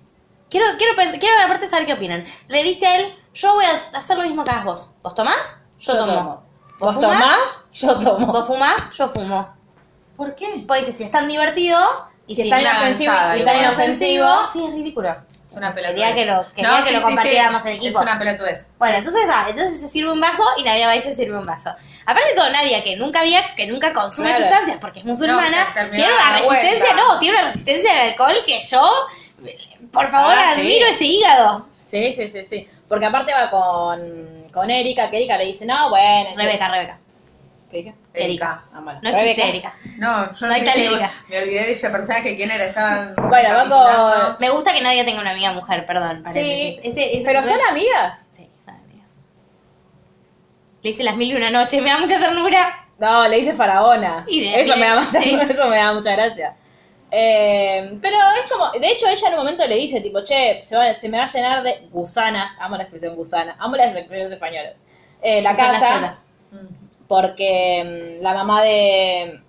Speaker 3: Quiero, quiero, pens- quiero aparte saber qué opinan. Le dice a él, yo voy a hacer lo mismo que hagas vos. ¿Vos tomás? Yo,
Speaker 1: Yo
Speaker 3: tomo.
Speaker 1: tomo.
Speaker 3: ¿Vos,
Speaker 1: Vos
Speaker 3: fumás?
Speaker 1: tomás, yo tomo.
Speaker 3: Vos fumás, yo fumo.
Speaker 2: ¿Por qué?
Speaker 3: Porque dice, si es tan divertido y
Speaker 1: si
Speaker 3: si,
Speaker 1: está
Speaker 2: una
Speaker 1: inofensivo
Speaker 2: avanzada,
Speaker 1: y
Speaker 3: y
Speaker 1: está
Speaker 3: tan
Speaker 2: igual.
Speaker 1: inofensivo.
Speaker 3: sí, es ridículo.
Speaker 2: Es una pelotudez.
Speaker 3: Quería que lo- quería que lo compartiéramos en equipo.
Speaker 2: Es una pelotudez.
Speaker 3: Bueno, entonces va, entonces se sirve un vaso y Nadia va y se sirve un vaso. Aparte de todo, Nadia, que nunca había, que nunca consume
Speaker 1: Claro.
Speaker 3: sustancias porque es musulmana,
Speaker 2: No, te- terminó
Speaker 3: tiene
Speaker 2: la
Speaker 3: una resistencia,
Speaker 2: vuelta.
Speaker 3: no, tiene una resistencia al alcohol que yo, por favor,
Speaker 1: Ah, sí.
Speaker 3: admiro ese hígado.
Speaker 1: Sí, sí, sí, sí. Porque aparte va con, con Erika, que Erika le dice, no, bueno. sí".
Speaker 3: Rebeca, Rebeca.
Speaker 1: ¿Qué dije?
Speaker 3: Erika.
Speaker 1: Ah, bueno.
Speaker 3: No
Speaker 1: Rebeca.
Speaker 3: existe Erika.
Speaker 2: No, yo
Speaker 3: No hay
Speaker 2: sé
Speaker 3: tal
Speaker 2: si-
Speaker 3: liga.
Speaker 2: Me olvidé de ese personaje quién era. Estaban.
Speaker 1: Bueno, va
Speaker 2: capitulando.
Speaker 3: Me gusta que Nadia tenga una amiga mujer, perdón.
Speaker 1: Sí,
Speaker 3: paréntesis. Ese- ese-
Speaker 1: pero son amigas.
Speaker 3: Sí, son amigas. Le hice las mil y una noche, me da mucha ternura.
Speaker 1: No, le dice faraona.
Speaker 3: Y de-
Speaker 1: eso, me da más-
Speaker 3: sí.
Speaker 1: eso me da mucha gracia. Eh, pero es como, de hecho ella en un momento le dice, tipo, che, se, va- se me va a llenar de gusanas, amo la expresión gusana, amo las expresiones españolas, eh, la
Speaker 3: Que son las
Speaker 1: casa,
Speaker 3: chotas.
Speaker 1: porque mm, la mamá de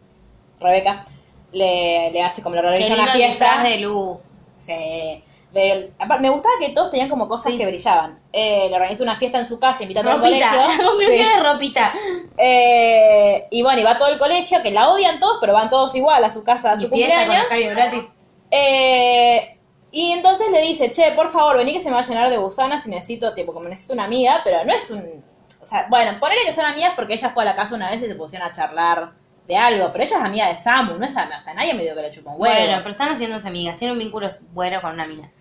Speaker 1: Rebeca le, le hace como le
Speaker 3: Qué
Speaker 1: organiza
Speaker 3: lindo
Speaker 1: una
Speaker 3: el
Speaker 1: fiesta.
Speaker 3: disfraz de Lu.
Speaker 1: Sí. Le- aparte, me gustaba que todos tenían como cosas que brillaban. Eh, le organiza una fiesta en su casa, invita a todo el
Speaker 3: Ropita, la
Speaker 1: colegio. Sí.
Speaker 3: conclusión es ropita.
Speaker 1: Eh, y bueno, y va todo el colegio, que la odian todos, pero van todos igual a su casa a
Speaker 3: Y
Speaker 1: su
Speaker 3: fiesta con
Speaker 1: cumpleaños.
Speaker 3: los cabios gratis.
Speaker 1: Eh, y entonces le dice, che, por favor, vení que se me va a llenar de gusanas y necesito, tipo, como necesito una amiga, pero no es un... O sea, bueno, ponele que son amigas porque ella fue a la casa una vez y se pusieron a charlar de algo, pero ella es amiga de Samu, no es amiga, o sea, nadie me dio que le chupa un huevo.
Speaker 3: Bueno, pero están haciéndose amigas. Tiene un vínculo bueno con una mina.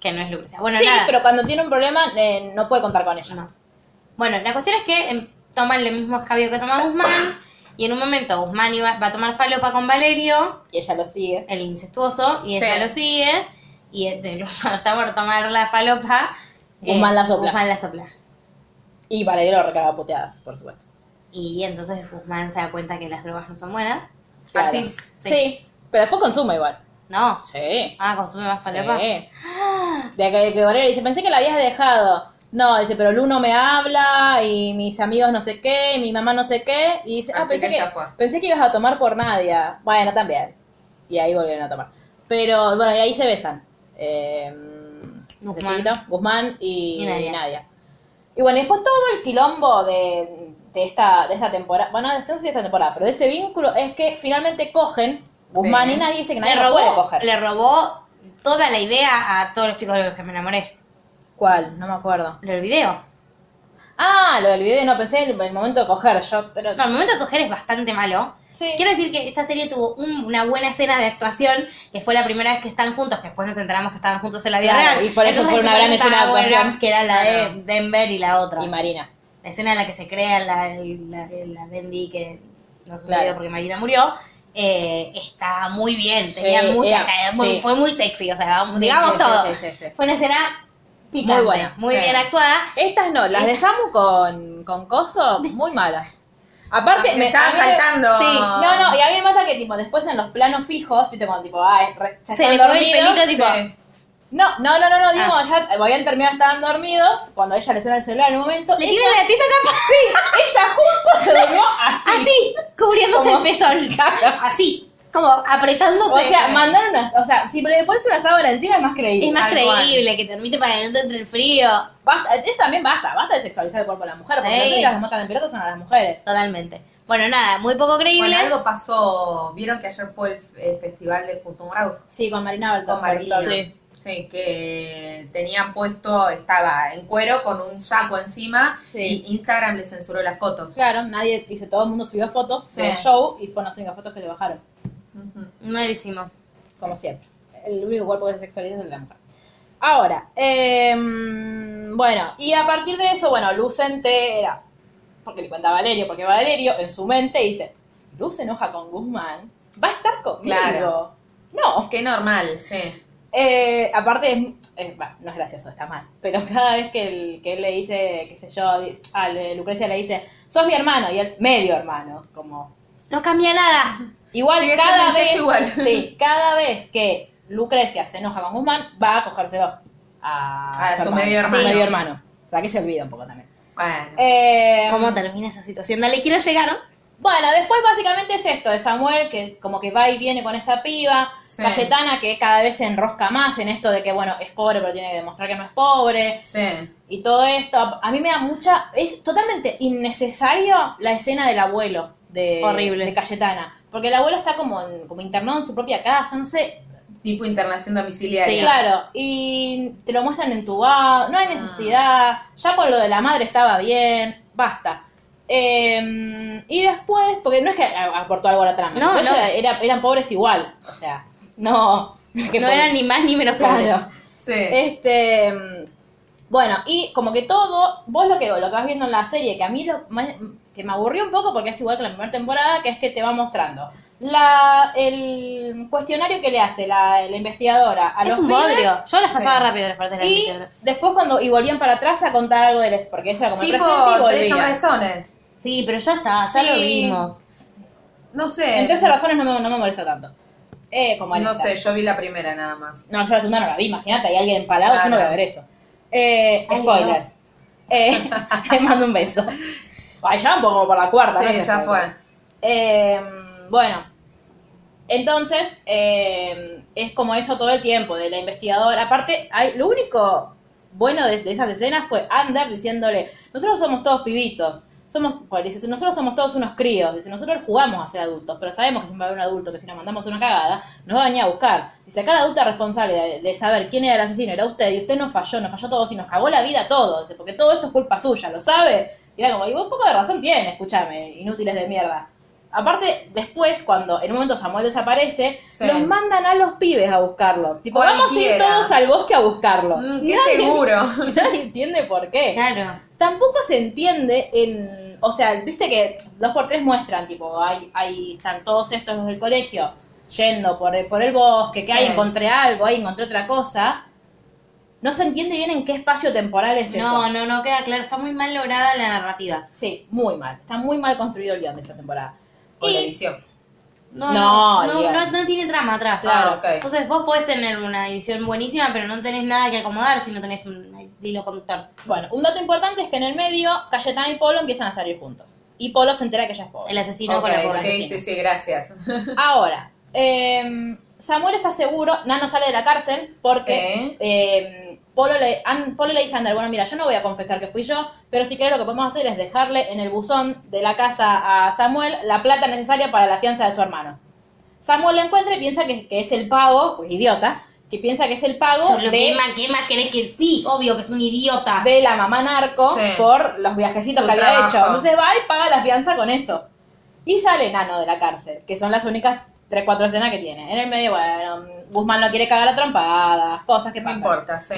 Speaker 3: Que no es Lucrecia. Bueno,
Speaker 1: sí,
Speaker 3: nada.
Speaker 1: pero cuando tiene un problema eh, no puede contar con ella.
Speaker 3: No. Bueno, la cuestión es que em, toman el mismo escabio que toma Guzmán. Y en un momento Guzmán iba- va a tomar falopa con Valerio,
Speaker 1: Y ella lo sigue.
Speaker 3: el incestuoso, y
Speaker 2: Sí.
Speaker 3: ella lo sigue. Y este, cuando está por tomar la falopa, eh,
Speaker 1: Guzmán la sopla.
Speaker 3: Guzmán la sopla.
Speaker 1: Y Valeria lo recaga a puteadas, por supuesto.
Speaker 3: Y entonces Guzmán se da cuenta que las drogas no son buenas.
Speaker 1: Claro.
Speaker 2: Así.
Speaker 1: Sí. pero después consume igual.
Speaker 3: No.
Speaker 1: Sí.
Speaker 3: Ah, consume más falopa.
Speaker 1: Sí. De que, que Valeria dice, pensé que la habías dejado. No, dice, pero Lu no me habla y mis amigos no sé qué, y mi mamá no sé qué. Y dice, ah,
Speaker 2: Así
Speaker 1: pensé
Speaker 2: que
Speaker 1: que,
Speaker 2: ya fue.
Speaker 1: pensé que ibas a tomar por Nadia. Bueno, también. Y ahí volvieron a tomar. Pero bueno, y ahí se besan. Eh, este
Speaker 3: Guzmán.
Speaker 1: chiquito, Guzmán y,
Speaker 3: Y Nadia.
Speaker 1: y Nadia. Y bueno, y después todo el quilombo de, de esta, de esta temporada, bueno, no sé si de esta temporada, pero de ese vínculo es que finalmente cogen Guzmán
Speaker 2: Sí.
Speaker 1: y Nadia, este que nadie
Speaker 3: Le
Speaker 1: lo puede
Speaker 3: robó,
Speaker 1: coger.
Speaker 3: le robó toda la idea a todos los chicos de los que me enamoré.
Speaker 1: ¿Cuál? No me acuerdo.
Speaker 3: Lo del video.
Speaker 1: Ah, lo del video, no pensé en el, el momento de coger yo, pero.
Speaker 3: No, el momento de coger es bastante malo.
Speaker 1: sí.
Speaker 3: Quiero decir que esta serie tuvo un- una buena escena de actuación, que fue la primera vez que están juntos, que después nos enteramos que estaban juntos en la vida
Speaker 1: Claro,
Speaker 3: real.
Speaker 1: y por eso
Speaker 3: Entonces,
Speaker 1: fue una
Speaker 3: por
Speaker 1: gran
Speaker 3: eso
Speaker 1: escena de
Speaker 3: estaba buena,
Speaker 1: actuación.
Speaker 3: Que era la
Speaker 2: Claro.
Speaker 3: de Denver y la otra.
Speaker 1: Y Marina.
Speaker 3: la escena en la que se crea la, la, la Bendy que no sucedió
Speaker 1: Claro.
Speaker 3: porque Marina murió, eh, está muy bien,
Speaker 1: Sí,
Speaker 3: tenía mucha
Speaker 1: era-
Speaker 3: ca- muy-
Speaker 1: sí.
Speaker 3: fue muy sexy, o sea, vamos- digamos
Speaker 1: sí,
Speaker 3: todo.
Speaker 1: sí, sí, sí.
Speaker 3: Fue una escena picante, muy,
Speaker 1: buena, sí.
Speaker 3: bien actuada.
Speaker 1: Estas no, las de Samu con, con Coso, muy malas.
Speaker 3: Ah,
Speaker 1: Aparte,
Speaker 2: Me estaba
Speaker 1: a mí
Speaker 2: saltando.
Speaker 3: Sí,
Speaker 1: No, no, y a mí me mata que tipo después en los planos fijos, viste, cuando tipo, ay, re- ya
Speaker 3: Se
Speaker 1: están
Speaker 3: le pone el
Speaker 1: dormidos.
Speaker 3: pelito tipo, Ah.
Speaker 2: Sí.
Speaker 1: No, no, no, no, no, digo, ya habían terminado, estaban dormidos, cuando ella le suena el celular en un momento,
Speaker 3: le
Speaker 1: ella,
Speaker 3: tiene la Ah, teta tapada.
Speaker 1: ella justo se durmió así.
Speaker 3: Así, cubriéndose
Speaker 1: Como-
Speaker 3: el pezón. Así, como apretándose.
Speaker 1: O sea, mandar una, o sea, si le pones una sábana encima es más creíble.
Speaker 3: es más
Speaker 2: Tal cual.
Speaker 3: creíble que te permite para que no te entre el frío.
Speaker 1: Basta, eso también basta, basta de sexualizar el cuerpo de la mujer, porque
Speaker 3: Sí.
Speaker 1: las únicas que matan en pelotas son a las mujeres.
Speaker 3: Totalmente. Bueno, nada, muy poco creíble.
Speaker 2: Bueno, algo pasó. Vieron que ayer fue el, f- el festival de Futumbrau
Speaker 1: Sí, con Marina Baltar.
Speaker 2: con Marilina.
Speaker 1: Sí.
Speaker 2: Sí. que tenía puesto, estaba en cuero con un saco encima
Speaker 1: Sí.
Speaker 2: y Instagram le censuró las fotos.
Speaker 1: Claro, nadie dice, todo el mundo subió fotos
Speaker 2: Sí.
Speaker 1: del show y fueron las únicas fotos que le bajaron,
Speaker 2: Ujú.
Speaker 3: Malísimo.
Speaker 1: como siempre. El único cuerpo que se sexualiza es el de la mujer. Ahora, em, bueno, y a partir de eso, bueno, Luz se entera, porque le cuenta a Valerio, porque Valerio en su mente dice, si Luz se enoja con Guzmán, va a estar conmigo.
Speaker 2: Claro.
Speaker 1: No,
Speaker 2: Qué normal, sí.
Speaker 1: Eh, aparte, es, eh, bah, no es gracioso, está mal. Pero cada vez que, el- que él le dice, qué sé yo, di- a le- Lucrecia le dice, sos mi hermano, y él, medio hermano. Como.
Speaker 3: No cambia nada.
Speaker 1: Igual,
Speaker 2: Sigue siendo
Speaker 1: cada
Speaker 2: incesto
Speaker 1: vez.
Speaker 2: igual.
Speaker 1: Sí, cada vez que Lucrecia se enoja con Guzmán, va a cogérselo a,
Speaker 2: A su medio hermano.
Speaker 1: Sí, medio hermano. O sea, que se olvida un poco también.
Speaker 2: Bueno.
Speaker 1: Eh,
Speaker 3: ¿Cómo termina esa situación? Dale, quiero llegar. ¿no?
Speaker 1: Bueno, después básicamente es esto de Samuel, que como que va y viene con esta piba,
Speaker 2: Sí.
Speaker 1: Cayetana, que cada vez se enrosca más en esto de que, bueno, es pobre, pero tiene que demostrar que no es pobre,
Speaker 2: Sí.
Speaker 1: y todo esto. A, a mí me da mucha... Es totalmente innecesario la escena del abuelo de,
Speaker 3: Horrible.
Speaker 1: de Cayetana, porque el abuelo está como, en- como internado en su propia casa, no sé.
Speaker 2: Tipo internación domiciliaria.
Speaker 1: Sí, claro, y te lo muestran entubado,
Speaker 3: Ah.
Speaker 1: no hay necesidad, ya con lo de la madre estaba bien, basta. Eh, y después, porque no es que a- aportó algo a la trama,
Speaker 3: No,
Speaker 1: pero
Speaker 3: no.
Speaker 1: ella era- eran pobres igual, o sea, no... que
Speaker 3: No
Speaker 1: por-
Speaker 3: era ni más ni menos pobres.
Speaker 1: Claro.
Speaker 2: Sí.
Speaker 1: Este, mm, bueno, y como que todo, vos lo que, lo que vas viendo en la serie, que a mí lo más- que me aburrió un poco porque es igual que la primera temporada, que es que te va mostrando la, el cuestionario que le hace la, la investigadora a
Speaker 3: Es
Speaker 1: los
Speaker 3: un
Speaker 1: pibes,
Speaker 3: bodrio. Yo las pasaba
Speaker 2: Sí.
Speaker 3: rápido las partes de la
Speaker 1: y
Speaker 3: literatura.
Speaker 1: después cuando y volvían para atrás a contar algo del porque ella como
Speaker 2: Tipo
Speaker 1: presente y
Speaker 2: tres
Speaker 1: volvía.
Speaker 2: razones.
Speaker 3: Sí, pero ya está, ya
Speaker 1: Sí.
Speaker 3: lo vimos.
Speaker 2: No sé.
Speaker 1: En 13 razones no, me- no me molesta tanto. Eh, como
Speaker 2: no
Speaker 1: Alita.
Speaker 2: sé, yo vi la primera nada más.
Speaker 1: No, yo la segunda no la vi, imagínate, hay alguien empalado, yo no voy a
Speaker 2: Claro.
Speaker 1: ver eso. Eh,
Speaker 3: Ay,
Speaker 1: spoiler.
Speaker 3: Dios.
Speaker 1: Eh, te mando un beso. Ay, ya un poco como por la cuarta, ¿no?
Speaker 2: sí, ya fue.
Speaker 1: Eh, bueno, entonces eh, es como eso todo el tiempo, de la investigadora. Aparte, hay, lo único bueno de, de esas escenas fue Ander diciéndole, nosotros somos todos pibitos. Somos, pues, dice, nosotros somos todos unos críos, dice, nosotros jugamos a ser adultos, pero sabemos que siempre va a haber un adulto que si nos mandamos una cagada, nos va a venir a buscar. Dice, acá la adulta responsable de, de saber quién era el asesino era usted, y usted nos falló, nos falló a todos y nos cagó la vida a todos, dice, porque todo esto es culpa suya, ¿lo sabe? Y era como, y vos poco de razón tiene, escúchame, inútiles de mierda. Aparte, después, cuando en un momento Samuel desaparece,
Speaker 2: Sí.
Speaker 1: los mandan a los pibes a buscarlo. Tipo, vamos a ir
Speaker 2: Cualquiera.
Speaker 1: todos al bosque a buscarlo.
Speaker 2: Mm, qué seguro.
Speaker 1: Nadie entiende por qué.
Speaker 3: Claro.
Speaker 1: Tampoco se entiende en. O sea, viste que dos por tres muestran, tipo, hay, hay, están todos estos los del colegio yendo por el, por el bosque, que
Speaker 2: Sí.
Speaker 1: ahí encontré algo, ahí encontré otra cosa. No se entiende bien en qué espacio temporal es eso.
Speaker 3: No, no, no queda claro. Está muy mal lograda la narrativa.
Speaker 1: Sí, muy mal. Está muy mal construido el guión de esta temporada.
Speaker 2: O la
Speaker 1: Y-
Speaker 2: edición.
Speaker 3: No,
Speaker 1: No,
Speaker 3: no, no,
Speaker 1: bien.
Speaker 3: no- no tiene trama atrás.
Speaker 2: Claro, ok.
Speaker 3: Entonces vos podés tener una edición buenísima, pero no tenés nada que acomodar si no tenés un hilo conductor.
Speaker 1: Bueno, un dato importante es que en el medio, Cayetana y Polo empiezan a salir juntos. Y Polo se entera que ella es pobre.
Speaker 3: El asesino
Speaker 2: Ok,
Speaker 3: con la pobre.
Speaker 2: sí, sí, sí, gracias.
Speaker 1: Ahora, em, Samuel está seguro, Nano sale de la cárcel porque
Speaker 2: Sí.
Speaker 1: em, Polo, le, An- Polo le dice a Ander, bueno, mira, yo no voy a confesar que fui yo, pero si querés lo que podemos hacer es dejarle en el buzón de la casa a Samuel la plata necesaria para la fianza de su hermano. Samuel la encuentra y piensa que, que es el pago, pues idiota, que piensa que es el pago
Speaker 3: Yo lo
Speaker 1: de-
Speaker 3: que más, ¿qué más querés que sí? Obvio que es un idiota.
Speaker 1: de la mamá narco
Speaker 2: Sí.
Speaker 1: por los viajecitos
Speaker 2: Su
Speaker 1: que había
Speaker 2: trabajo.
Speaker 1: hecho. Entonces va y paga la fianza con eso. Y sale Nano de la cárcel, que son las únicas 3, 4 escenas que tiene. En el medio, bueno, Guzmán no quiere cagar a trompadas, cosas que
Speaker 2: No
Speaker 1: pasan.
Speaker 2: importa, sí.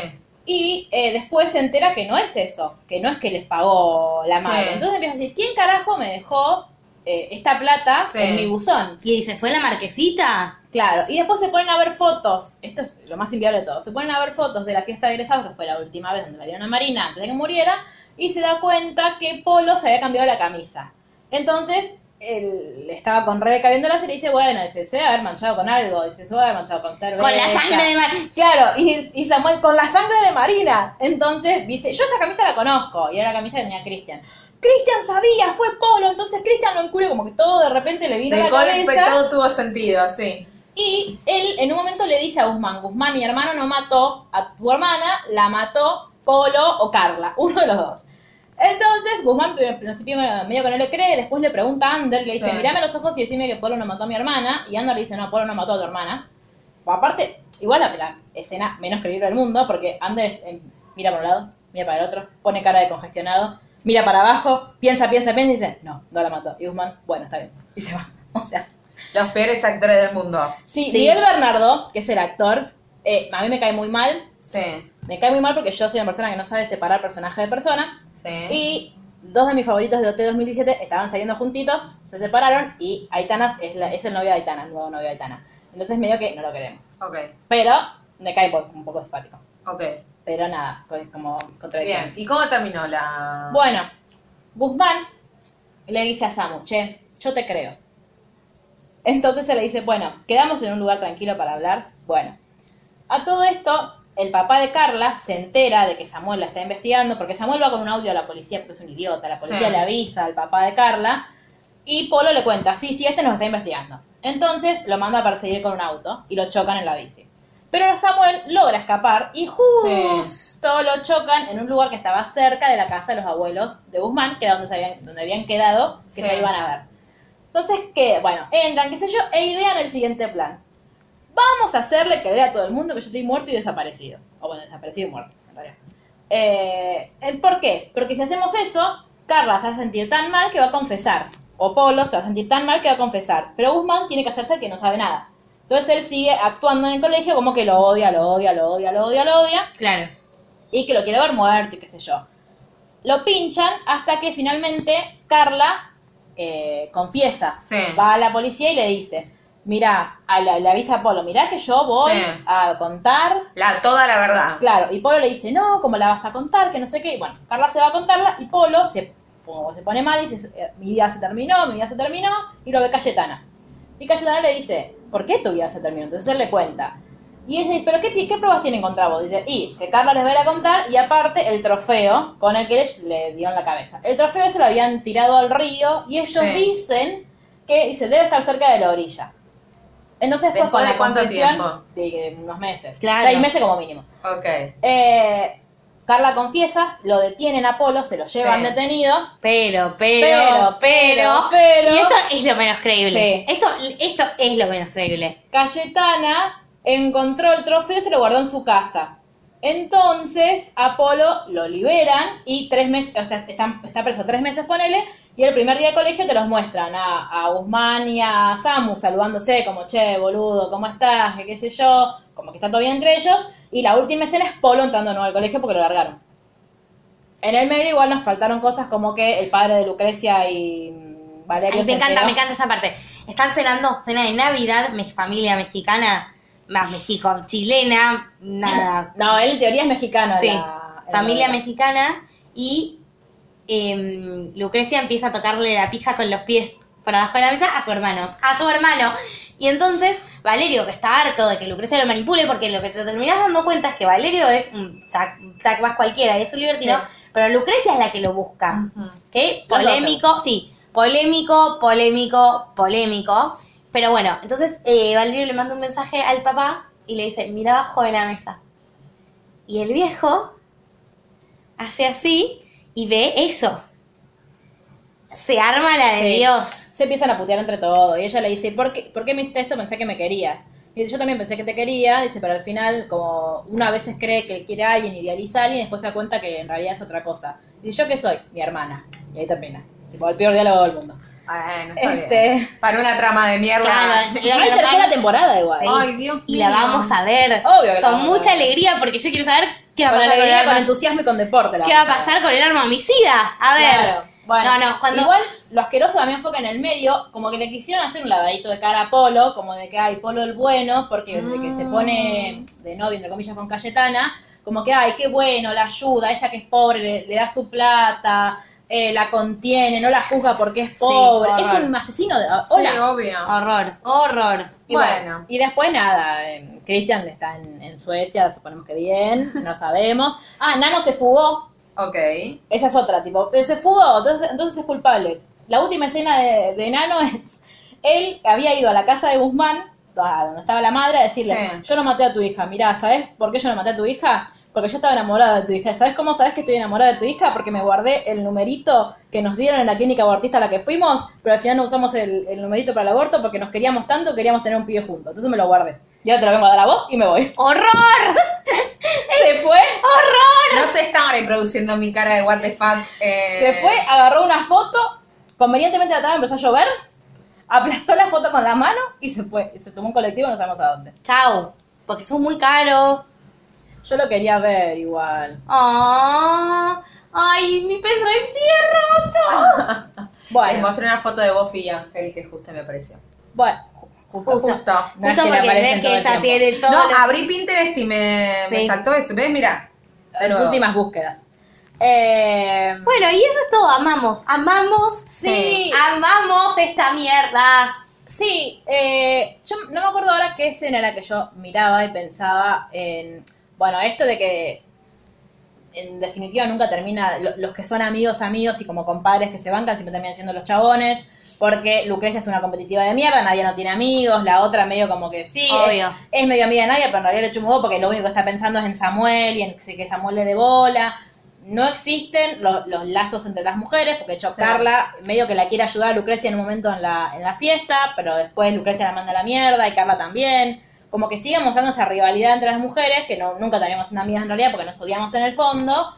Speaker 1: Y eh, después se entera que no es eso, que no es que les pagó la
Speaker 2: Sí.
Speaker 1: madre. Entonces empieza a decir, ¿quién carajo me dejó eh, esta plata
Speaker 2: Sí.
Speaker 1: en mi buzón?
Speaker 3: Y dice, ¿fue la marquesita?
Speaker 1: Claro, y después se ponen a ver fotos, esto es lo más inviable de todo, se ponen a ver fotos de la fiesta de egresados, que fue la última vez donde la vieron a Marina antes de que muriera, y se da cuenta que Polo se había cambiado la camisa. Entonces, él estaba con Rebeca viéndolas y le dice, bueno, dice, se debe haber manchado con algo, dice, se debe haber manchado con cerveza.
Speaker 3: Con la sangre de mar.
Speaker 1: Claro, y, y Samuel, con la sangre de Marina. Entonces dice, yo esa camisa la conozco. Y era la camisa que tenía Cristian. Cristian sabía, fue Polo, entonces Cristian lo encubre como que todo de repente le vino a la
Speaker 2: De golpe
Speaker 1: cabeza.
Speaker 2: todo tuvo sentido, sí.
Speaker 1: Y él en un momento le dice a Guzmán, Guzmán, mi hermano no mató a tu hermana, la mató Polo o Carla, uno de los dos. Entonces, Guzmán al principio medio que no le cree, después le pregunta a Ander, le dice,
Speaker 2: Sí.
Speaker 1: mirame a los ojos y decime que Polo no mató a mi hermana. Y Ander le dice, no, Polo no mató a tu hermana. Aparte, igual la, la escena menos creíble del mundo, porque Ander eh, mira para un lado, mira para el otro, pone cara de congestionado, mira para abajo, piensa, piensa, piensa y dice, no, no la mató. Y Guzmán, bueno, está bien. Y se va. O sea,
Speaker 2: Los peores actores del mundo.
Speaker 1: sí,
Speaker 3: Sí.
Speaker 1: Miguel Bernardo, que es el actor, eh, a mí me cae muy mal.
Speaker 2: Sí,
Speaker 1: Me cae muy mal porque yo soy una persona que no sabe separar personaje de persona.
Speaker 2: sí.
Speaker 1: Y dos de mis favoritos de OT 2017 estaban saliendo juntitos, se separaron y Aitana es, la- es el novio de Aitana, el nuevo novio de Aitana. Entonces medio que no lo queremos.
Speaker 2: Ok,
Speaker 1: Pero me cae po- un poco simpático.
Speaker 2: ok.
Speaker 1: Pero nada, co- como
Speaker 2: Bien.
Speaker 1: contradicciones.
Speaker 2: ¿Y cómo terminó la...?
Speaker 1: Bueno, Guzmán le dice a Samu, che, yo te creo. Entonces se le dice, bueno, quedamos en un lugar tranquilo para hablar. Bueno, a todo esto, el papá de Carla se entera de que Samuel la está investigando, porque Samuel va con un audio a la policía porque es un idiota. La policía
Speaker 2: Sí.
Speaker 1: le avisa al papá de Carla y Polo le cuenta, sí, sí, este nos está investigando. Entonces lo manda a perseguir con un auto y lo chocan en la bici. Pero Samuel logra escapar y justo lo chocan en un lugar que estaba cerca de la casa de los abuelos de Guzmán, que era donde, se habían, donde habían quedado, que
Speaker 2: Sí.
Speaker 1: se iban a ver. Entonces, que, bueno, entran, qué sé yo, e idean el siguiente plan. Vamos a hacerle creer a todo el mundo que yo estoy muerto y desaparecido. O bueno, desaparecido y muerto, en realidad. Eh, ¿el ¿Por qué? Porque si hacemos eso, Carla se va a sentir tan mal que va a confesar. O Polo se va a sentir tan mal que va a confesar. Pero Guzmán tiene que hacerse el que no sabe nada. Entonces él sigue actuando en el colegio como que lo odia, lo odia, lo odia, lo odia, lo odia.
Speaker 3: Claro.
Speaker 1: Y que lo quiere ver muerto y qué sé yo. Lo pinchan hasta que finalmente Carla eh, confiesa
Speaker 2: Sí.
Speaker 1: va a la policía y le dice, mira, a la, le avisa a Polo, mirá que yo voy
Speaker 2: Sí.
Speaker 1: a contar.
Speaker 2: La, toda la verdad.
Speaker 1: Claro, y Polo le dice, no, ¿cómo la vas a contar? Que no sé qué. Y bueno, Carla se va a contarla y Polo se, como se pone mal y dice, "Eh, mi vida se terminó, mi vida se terminó, y lo ve Cayetana. Y Cayetana le dice, ¿por qué tu vida se terminó? Entonces él le cuenta. Y ella dice, ¿pero qué, ti- qué pruebas tienen contra vos? Dice, y que Carla les va a ir a contar y aparte el trofeo con el que le, le dio en la cabeza. El trofeo se lo habían tirado al río y ellos
Speaker 2: Sí.
Speaker 1: dicen que dice, debe estar cerca de la orilla. Entonces, pues,
Speaker 2: ¿Después
Speaker 1: con
Speaker 2: de
Speaker 1: la
Speaker 2: cuánto
Speaker 1: confesión de, de unos meses,
Speaker 3: Claro.
Speaker 1: seis meses como mínimo.
Speaker 2: Ok.
Speaker 1: Eh, Carla confiesa, lo detienen a Polo, se lo llevan
Speaker 2: Sí.
Speaker 1: detenido.
Speaker 3: Pero, pero, pero,
Speaker 1: pero-
Speaker 3: Y este esto es lo menos creíble.
Speaker 1: Sí.
Speaker 3: Esto, esto es lo menos creíble.
Speaker 1: Cayetana encontró el trofeo y se lo guardó en su casa. Entonces, Apolo lo liberan y tres meses, o sea, están- está preso tres meses, ponele, y el primer día de colegio te los muestran a, a Guzmán y a Samu saludándose como, che, boludo, ¿cómo estás? ¿Qué, qué sé yo? Como que está todo bien entre ellos. Y la última escena es Polo entrando de nuevo al colegio porque lo largaron. En el medio igual nos faltaron cosas como que el padre de Lucrecia y mm, Valerio
Speaker 3: Ay,
Speaker 1: se
Speaker 3: me encanta,
Speaker 1: enteró.
Speaker 3: me encanta esa parte. Están cenando, cena de Navidad, mi familia mexicana, más México, chilena, nada.
Speaker 1: No, él en teoría es mexicano.
Speaker 3: Sí,
Speaker 1: la- el
Speaker 3: familia
Speaker 1: novio.
Speaker 3: mexicana y em, Lucrecia empieza a tocarle la pija con los pies por abajo de la mesa a su hermano, a su hermano. Y entonces Valerio, que está harto de que Lucrecia lo manipule, porque lo que te terminás dando cuenta es que Valerio es un Jack, Jack más cualquiera, es un libertino, pero Lucrecia es la que lo busca. ¿Qué?
Speaker 1: Los dos
Speaker 3: Polémico, sí, polémico, polémico, polémico. Pero bueno, entonces eh, Valerio le manda un mensaje al papá y le dice, mira abajo de la mesa. Y el viejo hace así y ve eso. Se arma la de
Speaker 1: Sí.
Speaker 3: Dios.
Speaker 1: Se empiezan a putear entre todos. Y ella le dice, ¿por qué, ¿por qué me hiciste esto? Pensé que me querías. Y dice, yo también pensé que te quería. Dice, pero al final, como una a veces cree que quiere a alguien, idealiza a alguien, y después se da cuenta que en realidad es otra cosa. Dice, ¿yo qué soy? Mi hermana. Y ahí termina. Tipo, el peor diálogo del mundo.
Speaker 2: Ay, no está bien.
Speaker 1: Este...
Speaker 2: Para una trama de mierda.
Speaker 3: Claro, era
Speaker 1: Hay
Speaker 3: mi
Speaker 1: tercera
Speaker 3: hermano.
Speaker 1: temporada igual.
Speaker 3: Sí.
Speaker 2: Ay, Dios
Speaker 3: Y la
Speaker 2: mío.
Speaker 3: vamos a ver.
Speaker 1: Obvio que la
Speaker 3: con
Speaker 1: vamos a
Speaker 3: mucha
Speaker 1: ver.
Speaker 3: alegría, porque yo quiero saber qué va a
Speaker 1: Con
Speaker 3: pasar con el
Speaker 1: alegría, con
Speaker 3: arma-
Speaker 1: entusiasmo y con deporte. la
Speaker 3: ¿Qué va a
Speaker 1: vamos ver.
Speaker 3: pasar con el arma homicida? A ver.
Speaker 1: Claro. Bueno,
Speaker 3: No, no, cuando-
Speaker 1: Igual, lo asqueroso también fue que en el medio, como que le quisieron hacer un lavadito de cara a Polo, como de que hay Polo el bueno, porque desde que se pone de novio, entre comillas, con Cayetana, como que, ay, qué bueno, la ayuda, ella que es pobre, le, le da su plata, eh, la contiene, no la juzga porque es
Speaker 3: Sí,
Speaker 1: pobre. es
Speaker 3: horror.
Speaker 1: un asesino de... Hola.
Speaker 2: Sí, obvio.
Speaker 3: Horror, horror.
Speaker 1: Y
Speaker 2: Bueno.
Speaker 1: bueno. y después nada, eh, Christian está en, en Suecia, suponemos que bien, no sabemos. Ah, Nano se fugó,
Speaker 2: Ok.
Speaker 1: esa es otra, tipo, pero se fugó, entonces, entonces es culpable. La última escena de, de Nano es, él había ido a la casa de Guzmán, a donde estaba la madre, a decirle,
Speaker 2: Sí.
Speaker 1: yo no maté a tu hija, mirá, ¿sabes por qué yo no maté a tu hija? porque yo estaba enamorada de tu hija. ¿Sabes cómo sabes que estoy enamorada de tu hija? Porque me guardé el numerito que nos dieron en la clínica abortista a la que fuimos, pero al final no usamos el, el numerito para el aborto porque nos queríamos tanto, queríamos tener un pibe juntos. Entonces me lo guardé. Y ahora te lo vengo a dar a vos y me voy.
Speaker 3: ¡Horror!
Speaker 1: Se fue,
Speaker 2: No se está reproduciendo mi cara de what the fuck. eh,
Speaker 1: se fue, agarró una foto, convenientemente la tarde empezó a llover, aplastó la foto con la mano y se fue. Y se tomó un colectivo, no sabemos a dónde.
Speaker 3: Chao. Porque sos muy caro.
Speaker 1: Yo lo quería ver igual.
Speaker 3: Oh, ay, mi pendrive sigue
Speaker 1: Ah,
Speaker 3: roto.
Speaker 2: Les
Speaker 1: Bueno,
Speaker 2: mostré una foto de Buffy y Ángel que justo me apareció.
Speaker 1: bueno, ju- justo.
Speaker 3: Justo.
Speaker 1: justo. No es
Speaker 3: Justo
Speaker 1: que le
Speaker 3: porque
Speaker 1: aparecen
Speaker 3: ves
Speaker 1: todo
Speaker 3: que
Speaker 1: el
Speaker 3: ella
Speaker 1: tiempo.
Speaker 3: tiene todo.
Speaker 2: No,
Speaker 3: lo-
Speaker 2: abrí Pinterest y me, me
Speaker 3: Sí.
Speaker 2: saltó eso. ¿Ves? Mirá. De
Speaker 1: Las
Speaker 2: nuevo.
Speaker 1: últimas búsquedas. Eh,
Speaker 3: Bueno, y eso es todo. Amamos. Amamos.
Speaker 1: Sí.
Speaker 3: Ah, Amamos esta mierda.
Speaker 1: sí, eh, yo no me acuerdo ahora qué escena era que yo miraba y pensaba en, bueno, esto de que en definitiva nunca termina, lo- los que son amigos, amigos y como compadres que se bancan siempre terminan siendo los chabones, porque Lucrecia es una competitiva de mierda, nadie no tiene amigos, la otra medio como que sí,
Speaker 3: Obvio.
Speaker 1: es, es medio amiga de nadie, pero en realidad le chupa un huevo porque lo único que está pensando es en Samuel y en que Samuel le dé bola. No existen los, los lazos entre las mujeres, porque hecho
Speaker 2: Sí.
Speaker 1: Carla medio que la quiere ayudar a Lucrecia en un momento en la, en la fiesta, pero después Lucrecia la manda a la mierda y Carla también. Como que sigue mostrando esa rivalidad entre las mujeres, que no, nunca tenemos una amigas en realidad porque nos odiamos en el fondo.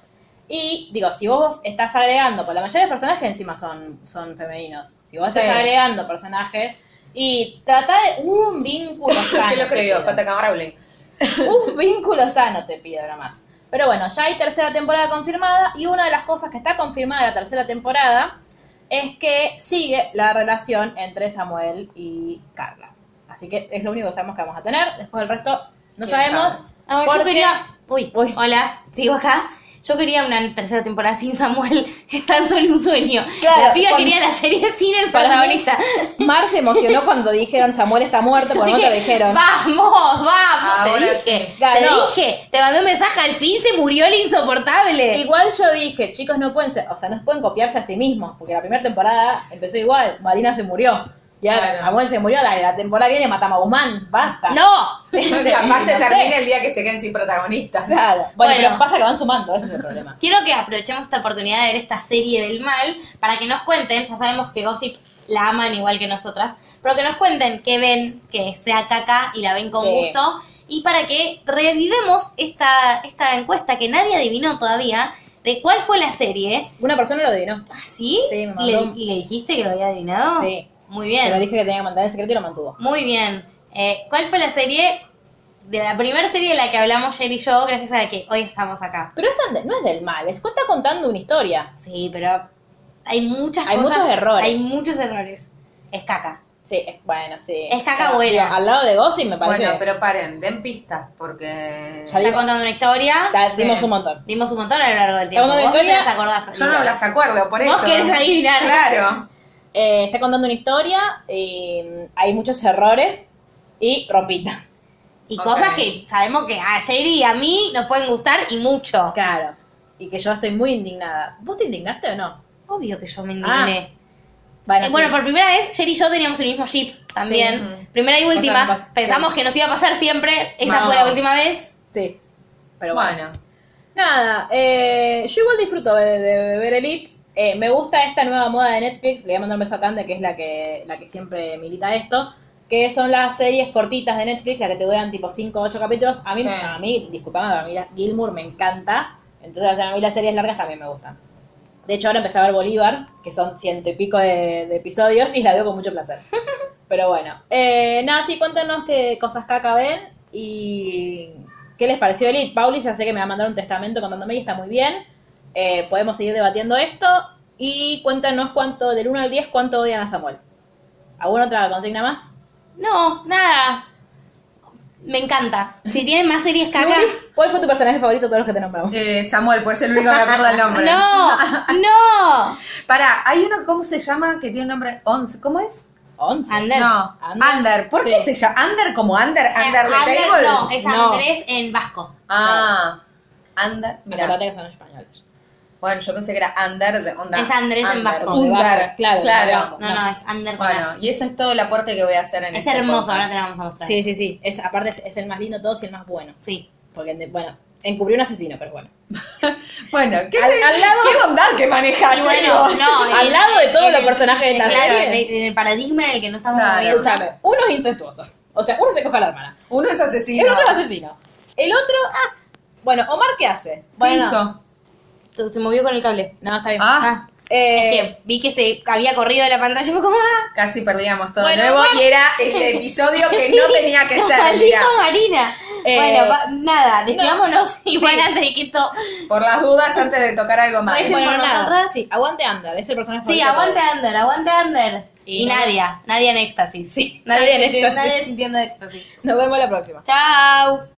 Speaker 1: Y digo, si vos estás agregando, pues la mayoría de los personajes encima son, son femeninos. Si vos
Speaker 2: Sí.
Speaker 1: estás agregando personajes y trata de un vínculo sano.
Speaker 2: ¿Qué lo
Speaker 1: te
Speaker 2: escribió?
Speaker 1: pido.
Speaker 2: Patacabra Blake.
Speaker 1: Un vínculo sano te pido nada más. Pero bueno, ya hay tercera temporada confirmada y una de las cosas que está confirmada de la tercera temporada es que sigue la relación entre Samuel y Carla. Así que es lo único que sabemos que vamos a tener. Después el resto no
Speaker 2: ¿Quién
Speaker 1: sabemos.
Speaker 2: sabe?
Speaker 3: Ahora, yo
Speaker 1: Porque-
Speaker 3: quería. Uy, uy, hola, sigo acá. Yo quería una tercera temporada sin Samuel. Es tan solo un sueño.
Speaker 1: Claro,
Speaker 3: la piba
Speaker 1: con-
Speaker 3: quería la serie sin el
Speaker 1: Para mí-
Speaker 3: protagonista.
Speaker 1: Mar se emocionó cuando dijeron Samuel está muerto,
Speaker 3: Yo
Speaker 1: por no te
Speaker 3: dije,
Speaker 1: lo dijeron.
Speaker 3: Vamos, vamos.
Speaker 2: Ahora
Speaker 3: te dije,
Speaker 2: sí.
Speaker 3: te
Speaker 1: Ganó.
Speaker 3: dije. Te mandé un mensaje al fin, se murió el insoportable.
Speaker 1: Igual yo dije, chicos, no pueden ser, o sea, no pueden copiarse a sí mismos, porque la primera temporada empezó igual, Marina se murió, y ahora
Speaker 2: Claro.
Speaker 1: Samuel se murió, dale, la temporada viene matamos a Guzmán, basta.
Speaker 3: No.
Speaker 2: Capaz se
Speaker 1: No sé.
Speaker 2: termina el día que se queden sin protagonistas.
Speaker 1: Claro. Bueno,
Speaker 3: Bueno.
Speaker 1: pero pasa que van sumando, ese es el problema.
Speaker 3: Quiero que aprovechemos esta oportunidad de ver esta serie del mal para que nos cuenten, ya sabemos que Gossip la aman igual que nosotras, pero que nos cuenten qué ven, que sea caca y la ven con
Speaker 1: Sí.
Speaker 3: gusto, y para que revivemos esta, esta encuesta que nadie adivinó todavía de cuál fue la serie.
Speaker 1: Una persona lo adivinó.
Speaker 3: ¿Ah, sí?
Speaker 1: Sí, me mandó
Speaker 3: ¿Y, le,
Speaker 1: un-
Speaker 3: y le dijiste que lo había adivinado?
Speaker 1: Sí.
Speaker 3: Muy
Speaker 1: Se lo
Speaker 3: Ah, bien,
Speaker 1: dije que tenía que mantener en secreto y lo mantuvo.
Speaker 3: muy bien. Eh, ¿Cuál fue la serie, de la primera serie de la que hablamos Jerry y yo, gracias a la que hoy estamos acá?
Speaker 1: Pero es tan de- no es del mal, es- está contando una historia.
Speaker 3: Sí, pero hay muchas
Speaker 1: Hay
Speaker 3: cosas.
Speaker 1: muchos errores.
Speaker 3: Hay muchos errores. Es caca.
Speaker 1: Sí, es- bueno, sí.
Speaker 3: Es caca
Speaker 1: Pero,
Speaker 3: buena.
Speaker 1: digo, al lado de Gossip me parece.
Speaker 2: Bueno, pero paren, den pistas, porque
Speaker 1: Ya
Speaker 3: Está
Speaker 1: digo,
Speaker 3: contando una historia.
Speaker 1: ta- dimos
Speaker 2: Sí.
Speaker 1: un montón.
Speaker 3: Dimos un montón a lo largo del tiempo.
Speaker 1: Está
Speaker 3: Vos
Speaker 1: contando
Speaker 3: no te
Speaker 1: una
Speaker 3: las
Speaker 1: historia.
Speaker 3: acordás.
Speaker 2: yo no las acuerdo, por eso.
Speaker 3: Vos querés adivinar.
Speaker 2: Claro.
Speaker 1: Eh, está contando una historia, eh, hay muchos errores y ropita.
Speaker 3: Y
Speaker 2: Ok.
Speaker 3: cosas que sabemos que a Jerry y a mí nos pueden gustar y mucho.
Speaker 1: Claro. Y que yo estoy muy indignada. ¿Vos te indignaste o no?
Speaker 3: Obvio que yo me indigné.
Speaker 1: Bueno,
Speaker 3: Eh, bueno,
Speaker 1: Ah, sí.
Speaker 3: por primera vez, Jerry y yo teníamos el mismo ship también.
Speaker 2: Mm.
Speaker 3: Primera y
Speaker 1: Otra
Speaker 3: última.
Speaker 1: vez.
Speaker 3: Pensamos que nos iba a pasar siempre. Esa
Speaker 2: No.
Speaker 3: fue la última vez.
Speaker 1: Sí. Pero
Speaker 2: Pero
Speaker 1: bueno.
Speaker 2: bueno.
Speaker 1: Nada, eh, yo igual disfruto de, de ver Elite. Eh, me gusta esta nueva moda de Netflix. Le voy a mandar un beso a Cande, que es la que, la que siempre milita esto. Que son las series cortitas de Netflix, las que te duran tipo 5 o 8 capítulos. A mí,
Speaker 2: Sí.
Speaker 1: a mí disculpame, pero a mí la- Gilmour me encanta. Entonces, a mí las series largas también me gustan. De hecho, ahora empecé a ver Bolívar, que son ciento y pico de, de episodios, y la veo con mucho placer. Pero bueno, eh, nada, sí, cuéntanos qué cosas caca ven y qué les pareció Elite. Pauli ya sé que me va a mandar un testamento contándome y está muy bien. Eh, podemos seguir debatiendo esto y cuéntanos cuánto, del 1 al 10, cuánto odian a Samuel. ¿Alguna otra consigna más?
Speaker 3: No, nada. Me encanta. Si tienen más series caca.
Speaker 1: Luli, ¿Cuál fue tu personaje favorito de todos los que te nombramos?
Speaker 2: Eh, Samuel, pues es el único que me acuerda el nombre.
Speaker 3: No, no.
Speaker 2: Pará, hay uno, ¿cómo se llama? Que tiene un nombre 11. ¿Cómo es?
Speaker 1: 11.
Speaker 3: Ander.
Speaker 2: No,
Speaker 1: Under.
Speaker 2: Under. ¿Por
Speaker 1: Sí.
Speaker 2: qué se llama? Under como Under, Under
Speaker 3: Eh,
Speaker 2: the
Speaker 3: Ander
Speaker 2: table.
Speaker 3: no, es
Speaker 1: No.
Speaker 3: Andrés en vasco.
Speaker 2: Ah, Under. Mirá.
Speaker 1: Acordate que son españoles.
Speaker 2: Bueno, yo pensé que era Under de onda.
Speaker 3: Es Andrés en
Speaker 2: Under,
Speaker 3: vasco.
Speaker 2: Under,
Speaker 1: Vasco, claro,
Speaker 2: claro.
Speaker 1: vasco. No.
Speaker 3: No, no, es Ander con
Speaker 2: Bueno, y eso es todo el aporte que voy a hacer en
Speaker 3: A. Es
Speaker 2: este
Speaker 3: hermoso,
Speaker 2: podcast.
Speaker 3: ahora te lo vamos a mostrar.
Speaker 1: sí, sí. Es, aparte es, es el más lindo de todos y el más bueno.
Speaker 3: Sí.
Speaker 1: Porque, bueno, Encubrió un asesino, pero bueno.
Speaker 2: Bueno, ¿qué,
Speaker 1: Al-
Speaker 2: te-
Speaker 1: al lado-
Speaker 2: qué bondad que manejas?
Speaker 3: Y bueno,
Speaker 2: Diego?
Speaker 3: no,
Speaker 1: Ah, Al
Speaker 3: y-
Speaker 1: lado de todos
Speaker 3: en
Speaker 1: los
Speaker 3: el-
Speaker 1: personajes de la
Speaker 3: claro,
Speaker 1: serie.
Speaker 3: En el paradigma en el que no estamos
Speaker 2: Claro.
Speaker 3: moviendo.
Speaker 1: Escúchame, uno es incestuoso. O sea, uno se coge a la hermana.
Speaker 2: Uno es asesino.
Speaker 1: El otro es asesino. El otro, ah. Bueno, Omar, ¿qué hace?
Speaker 2: ¿Qué
Speaker 1: Bueno,
Speaker 2: hizo?
Speaker 3: Tu- Se movió con el cable.
Speaker 1: No, está bien.
Speaker 2: Ah,
Speaker 1: Eh,
Speaker 3: Es que vi que se había corrido de la pantalla y fue como, ah,
Speaker 2: casi perdíamos todo
Speaker 1: Bueno,
Speaker 2: de nuevo
Speaker 1: bueno.
Speaker 2: y era el episodio que
Speaker 3: Sí,
Speaker 2: no tenía que
Speaker 3: nos
Speaker 2: ser.
Speaker 3: maldijo
Speaker 2: mira.
Speaker 3: Marina.
Speaker 1: Eh,
Speaker 3: bueno, va- nada, despidámonos igual antes de que esto...
Speaker 2: Por las dudas, antes de tocar algo más.
Speaker 3: Parece-
Speaker 1: bueno,
Speaker 3: por
Speaker 1: nada.
Speaker 3: nosotras, sí.
Speaker 1: Aguante Under, es el personaje
Speaker 3: Sí,
Speaker 1: favorito de
Speaker 3: aguante
Speaker 1: todos.
Speaker 3: Under, aguante Under.
Speaker 1: Y
Speaker 3: Y,
Speaker 1: no-
Speaker 3: Nadia, Nadia en éxtasis.
Speaker 1: Sí,
Speaker 3: nadie,
Speaker 1: Nadia en éxtasis.
Speaker 3: Nadie sintiendo éxtasis.
Speaker 1: Nos vemos la próxima.
Speaker 3: Chao.